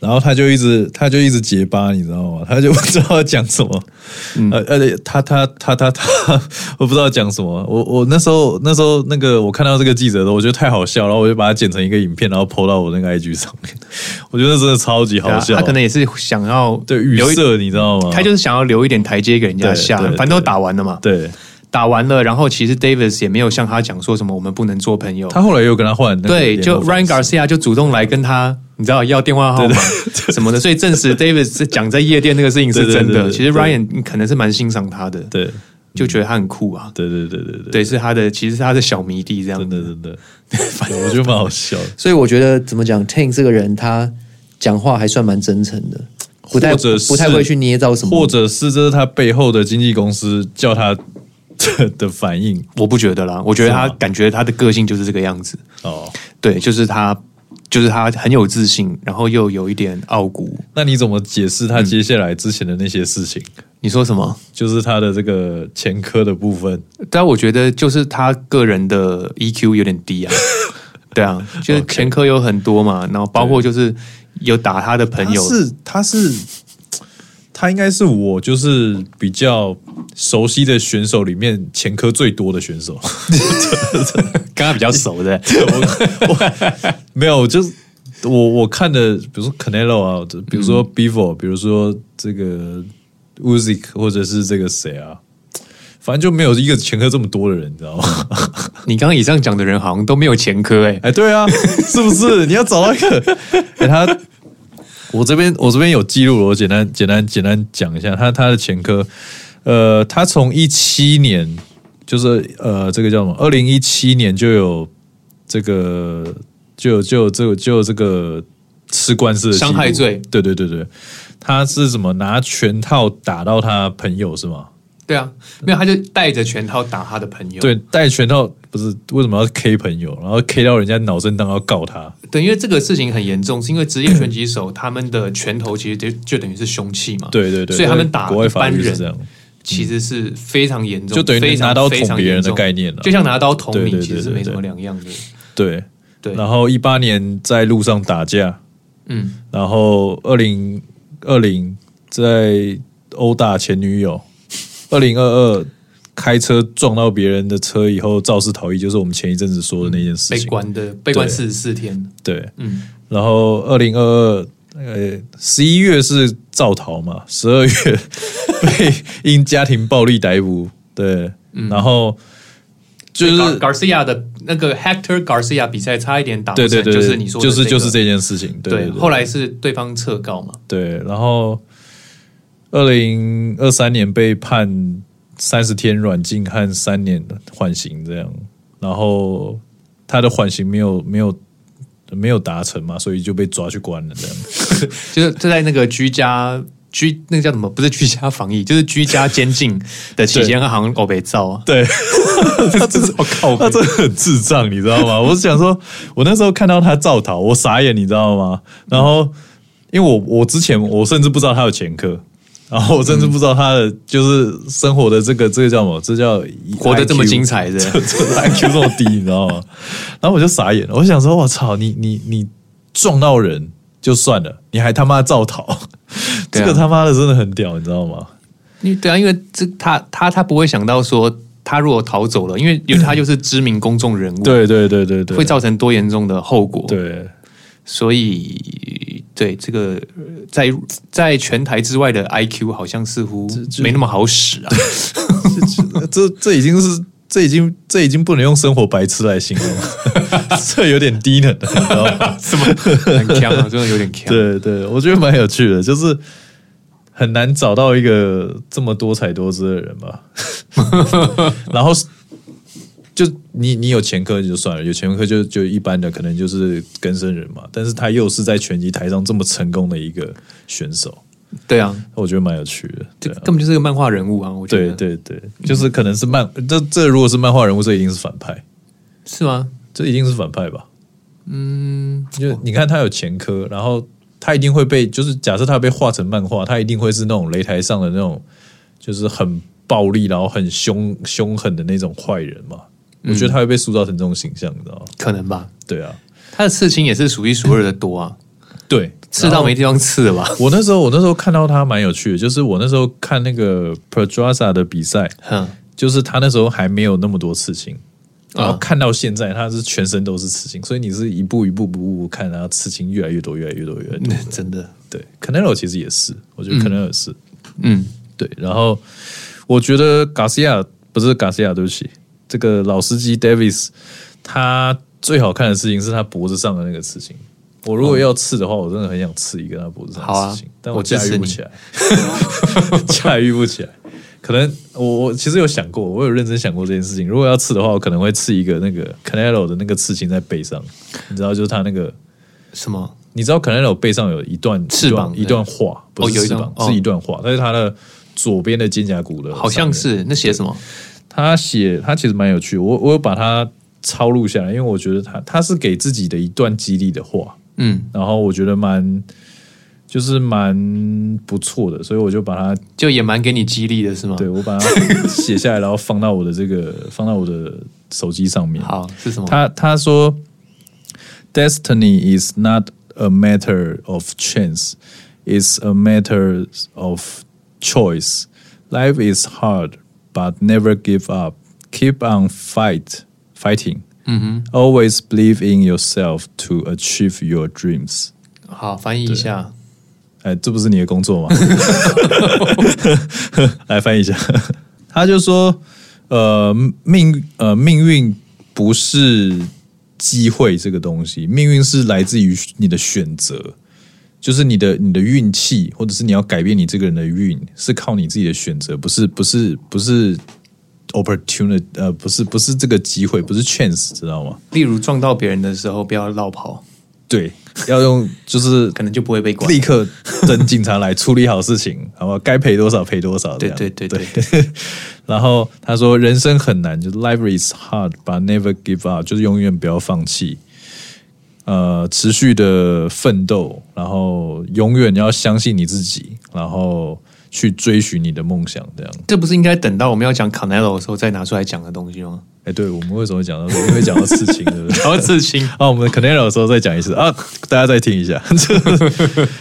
然后他就一直他就一直结巴，你知道吗？他就不知道要讲什么，
嗯
呃而且他他他他他， 我不知道讲什么。我我那时候那时候那个我看到这个记者的时候，我觉得太好笑，然后我就把它剪成一个影片，然后 PO 到我那个 IG 上面。 我觉得真的超级好笑，
啊他可能也是想要
对语
留一，
塞，你知道吗？
他就是想要留一点台阶给人家
对
下，
对
反正都打完了嘛。
对
打完了，然后其实 Davis 也没有像他讲说什么我们不能做朋友，
他后来又跟他换那个
对，
联
就
络方
Ryan
式
Garcia 就主动来跟他，你知道要电话号码 什么的，所以证实 Davis 是讲在夜店那个事情是
对对
真
对
的。
对
其实
对
Ryan 可能是蛮欣赏他的，
对。
就觉得他很酷啊。
对对对对对，
对，是他的，其实是他的小迷弟这样
真的
子。
真的，对我觉得蛮好笑的。
所以我觉得怎么讲，Tank 这个人他讲话还算蛮真诚的，不太
或者是
不太会去捏造什么。
或者是这是他背后的经纪公司叫他 的反应
我不觉得啦，我觉得他
是吗
感觉他的个性就是这个样子。
哦。
对，就是他，就是他很有自信，然后又有一点傲骨。
那你怎么解释他接下来之前的那些事情？
你说什么？
就是他的这个前科的部分，
但我觉得就是他个人的 EQ 有点 低啊。对啊，就是
OK
前科有很多嘛，然后包括就是有打他的朋
他
友，
是他是他应该是我就是比较熟悉的选手里面前科最多的选手。
跟他比较熟的。
没有，就是我我看的，比如说 Canelo 啊，比如说 Bevo，、比如说这个 Uzik，或者是这个谁啊，反正就没有一个前科这么多的人，你知道吗？
你刚刚以上讲的人好像都没有前科哎、
哎，对啊，是不 是？你要找到一个，哎，他， 我这边我这边有记录了，我简单简单简单讲一下他他的前科，呃，他从一七年就是呃这个叫什么？二零一七年就有这个就有就有这个就有这个吃官司的记录
伤害罪，
对对对对，他是什么拿拳套打到他朋友是吗？
对啊，没有，他就带着拳套打他的朋友。
对，带拳套不是为什么要 K 朋友，然后 K 到人家脑震荡要告他，
对，因为这个事情很严重，是因为职业拳击手他们的拳头其实就就等于是凶器嘛。
对对对，
所以他们打
国外
一
法
般
律是这
人
样。
其实是非常严重，
就等于
非常
拿刀
非
捅
常
别人
严
的
重
概念了
就像拿刀捅
对
你
对对
其实
对
没什
对
么两样的。
对
对
然后一八年在路上打架，
嗯，
然后二零二零在殴打前女友。二零二二开车撞到别人的车以后肇事逃逸，就是我们前一阵子说的那件事
嗯被
情。
关的被关四十四天，
对，
嗯，
然后二零二二。呃，十一月是造逃嘛，十二 月被因家庭暴力逮捕，对，
嗯
然后就是
Gar- Garcia 的那个 Hector Garcia 比赛差一点打不
对对对，
成，就是你说的
就
这
是
个
就是这件事情，对
对，
对
后来是对方撤告嘛，
对，然后二零二三年被判三十天软禁和三年缓刑这样，然后他的缓刑没有没有没有达成嘛，所以就被抓去关了这样。
就是就在那个居家居那个叫什么？不是居家防疫，就是居家监禁的期间，他好像欧北照 啊，
对，
他真是好靠
他真的很智障，你知道吗？我是想说，我那时候看到他造逃，我傻眼，你知道吗？然后，因为我我之前我甚至不知道他有前科，然后我甚
嗯
至不知道他的就是生活的这个这个叫什么？这叫
活得这么
IQ
精彩
这
的，
这 IQ 这么低，你知道吗？然后我就傻眼了，我想说，我操，你你你撞到人就算了，你还他妈造逃，
对
这
啊
个他妈的真的很屌，你知道吗？
因为对啊，因为这他他他不会想到说他如果逃走了，因为因为他就是知名公众人物，，
对对对对对，
会造成多严重的后果，，
对
所以对这个呃在在拳台之外的 IQ 好像似乎没那么好使 啊，
这这已经是这已经这已经不能用生活白痴来形容了， 这有点低能了，你知道吗？
什么很 强啊，真的有点强，
对对，我觉得蛮有趣的，就是很难找到一个这么多才多姿的人吧。然后就你你有前科就算了，有前科就就一般的，可能就是根生人嘛。但是他又是在拳击台上这么成功的一个选手，
对啊，
我觉得蛮有趣的。
这
对啊
根本就是个漫画人物啊，我觉
对
得，
对对，就是可能是漫这这如果是漫画人物，这一定是反派。
是吗？
这一定是反派吧？
哦嗯，
就你看他有前科，然后他一定会被，就是假设他被画成漫画，他一定会是那种擂台上的那种，就是很暴力，然后很凶凶狠的那种坏人嘛。
嗯
我觉得他会被塑造成这种形象，你知道吗？
可能吧。
对啊，
他的刺青也是数一数二的多啊，
嗯对，
刺到没地方刺了吧？
我那时候我那时候看到他蛮有趣的，就是我那时候看那个 Pedraza 的比赛，
哼，
就是他那时候还没有那么多刺青，
啊
然后看到现在他是全身都是刺青，所以你是一步一步步步看，然后刺青越来越多，越来越多，越来越多。
真的，
对，Canelo 其实也是，我觉得 Canelo 也是、
嗯，
对。然后我觉得 Garcia 不是 Garcia，对不起，这个老司机 Davis，他最好看的事情是他脖子上的那个刺青。我如果要刺的话，我真的很想刺一个他脖子上
好啊
的刺青，但
我
我
支
驾
持
驭不
你
起来， 驾驭不起来。可能我我其实有想过，我有认真想过这件事情。如果要刺的话，我可能会刺一个那个 Canelo 的那个刺青在背上，你知道，就是他那个
什么？
你知道 Canelo 背上有一段
翅膀
一段一段话，不
有
是
一
翅
段
膀，
哦
是一段话，但是他的左边的肩胛骨的，
好像。是那写什么？
他写他其实蛮有趣，我我有把它抄录下来，因为我觉得他他是给自己的一段激励的话，
嗯，
然后我觉得蛮就是蛮不错的，所以我就把它
就也蛮给你激励的是吗？
对，我把它写下来，然后放到我的这个放到我的手机上面。
好是什么？
他他说，Destiny is not a matter of chance, it's a matter of choice. Life is hard, but never give up. Keep on fight fighting.
Mm-hmm.
Always believe in yourself to achieve your dreams.
好，翻译一下。
哎，这不是你的工作吗？ 来翻译一下，他就说，呃，命呃命运不是机会这个东西，命运是来自于你的选择，就是你的你的运气，或者是你要改变你这个人的运，是靠你自己的选择，不是不是不是 opportunity，呃，不是不是这个机会，不是 chance，知道吗？
例如撞到别人的时候，不要绕跑，
对，要用就是
可能就不会被关。
立刻等警察来处理好事情， 好吧？该赔多少赔多少。这样
对对对
对。 然后他说，人生很难，就是 life is hard, but never give up，就是永远不要放弃。呃，持续的奋斗，然后永远要相信你自己，然后去追寻你的梦想。这样，
这不是应该等到我们要讲 Canelo 的时候再拿出来讲的东西吗？
哎，对我们为什么会讲到这个？因为讲到刺青，对不对？
然后刺青，
啊，我们 Canelo 的 时候再讲一次啊，大家再听一下。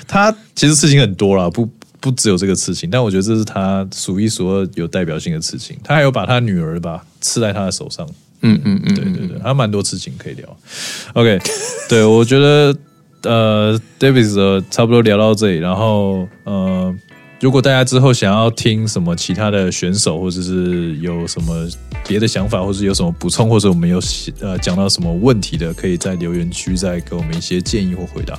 他其实事情很多啦，不不只有这个刺青，但我觉得这是他数一数二有代表性的刺青。他还有把他女儿吧刺在他的手上，
嗯嗯嗯，
对对对，还蛮多事情可以聊。OK，对我觉得呃，Davis 的差不多聊到这里，然后呃，如果大家之后想要听什么其他的选手，或者是有什么别的想法，或是有什么补充，或者我们有呃讲到什么问题的，可以在留言区再给我们一些建议或回答。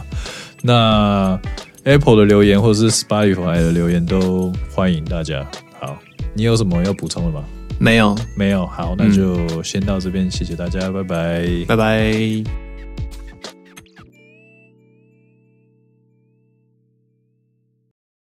那 Apple 的留言或者是 Spotify 的留言都欢迎大家。好，你有什么要补充的吗？
没有，
没有，好，那就先到这边，谢谢大家，拜拜。
拜拜。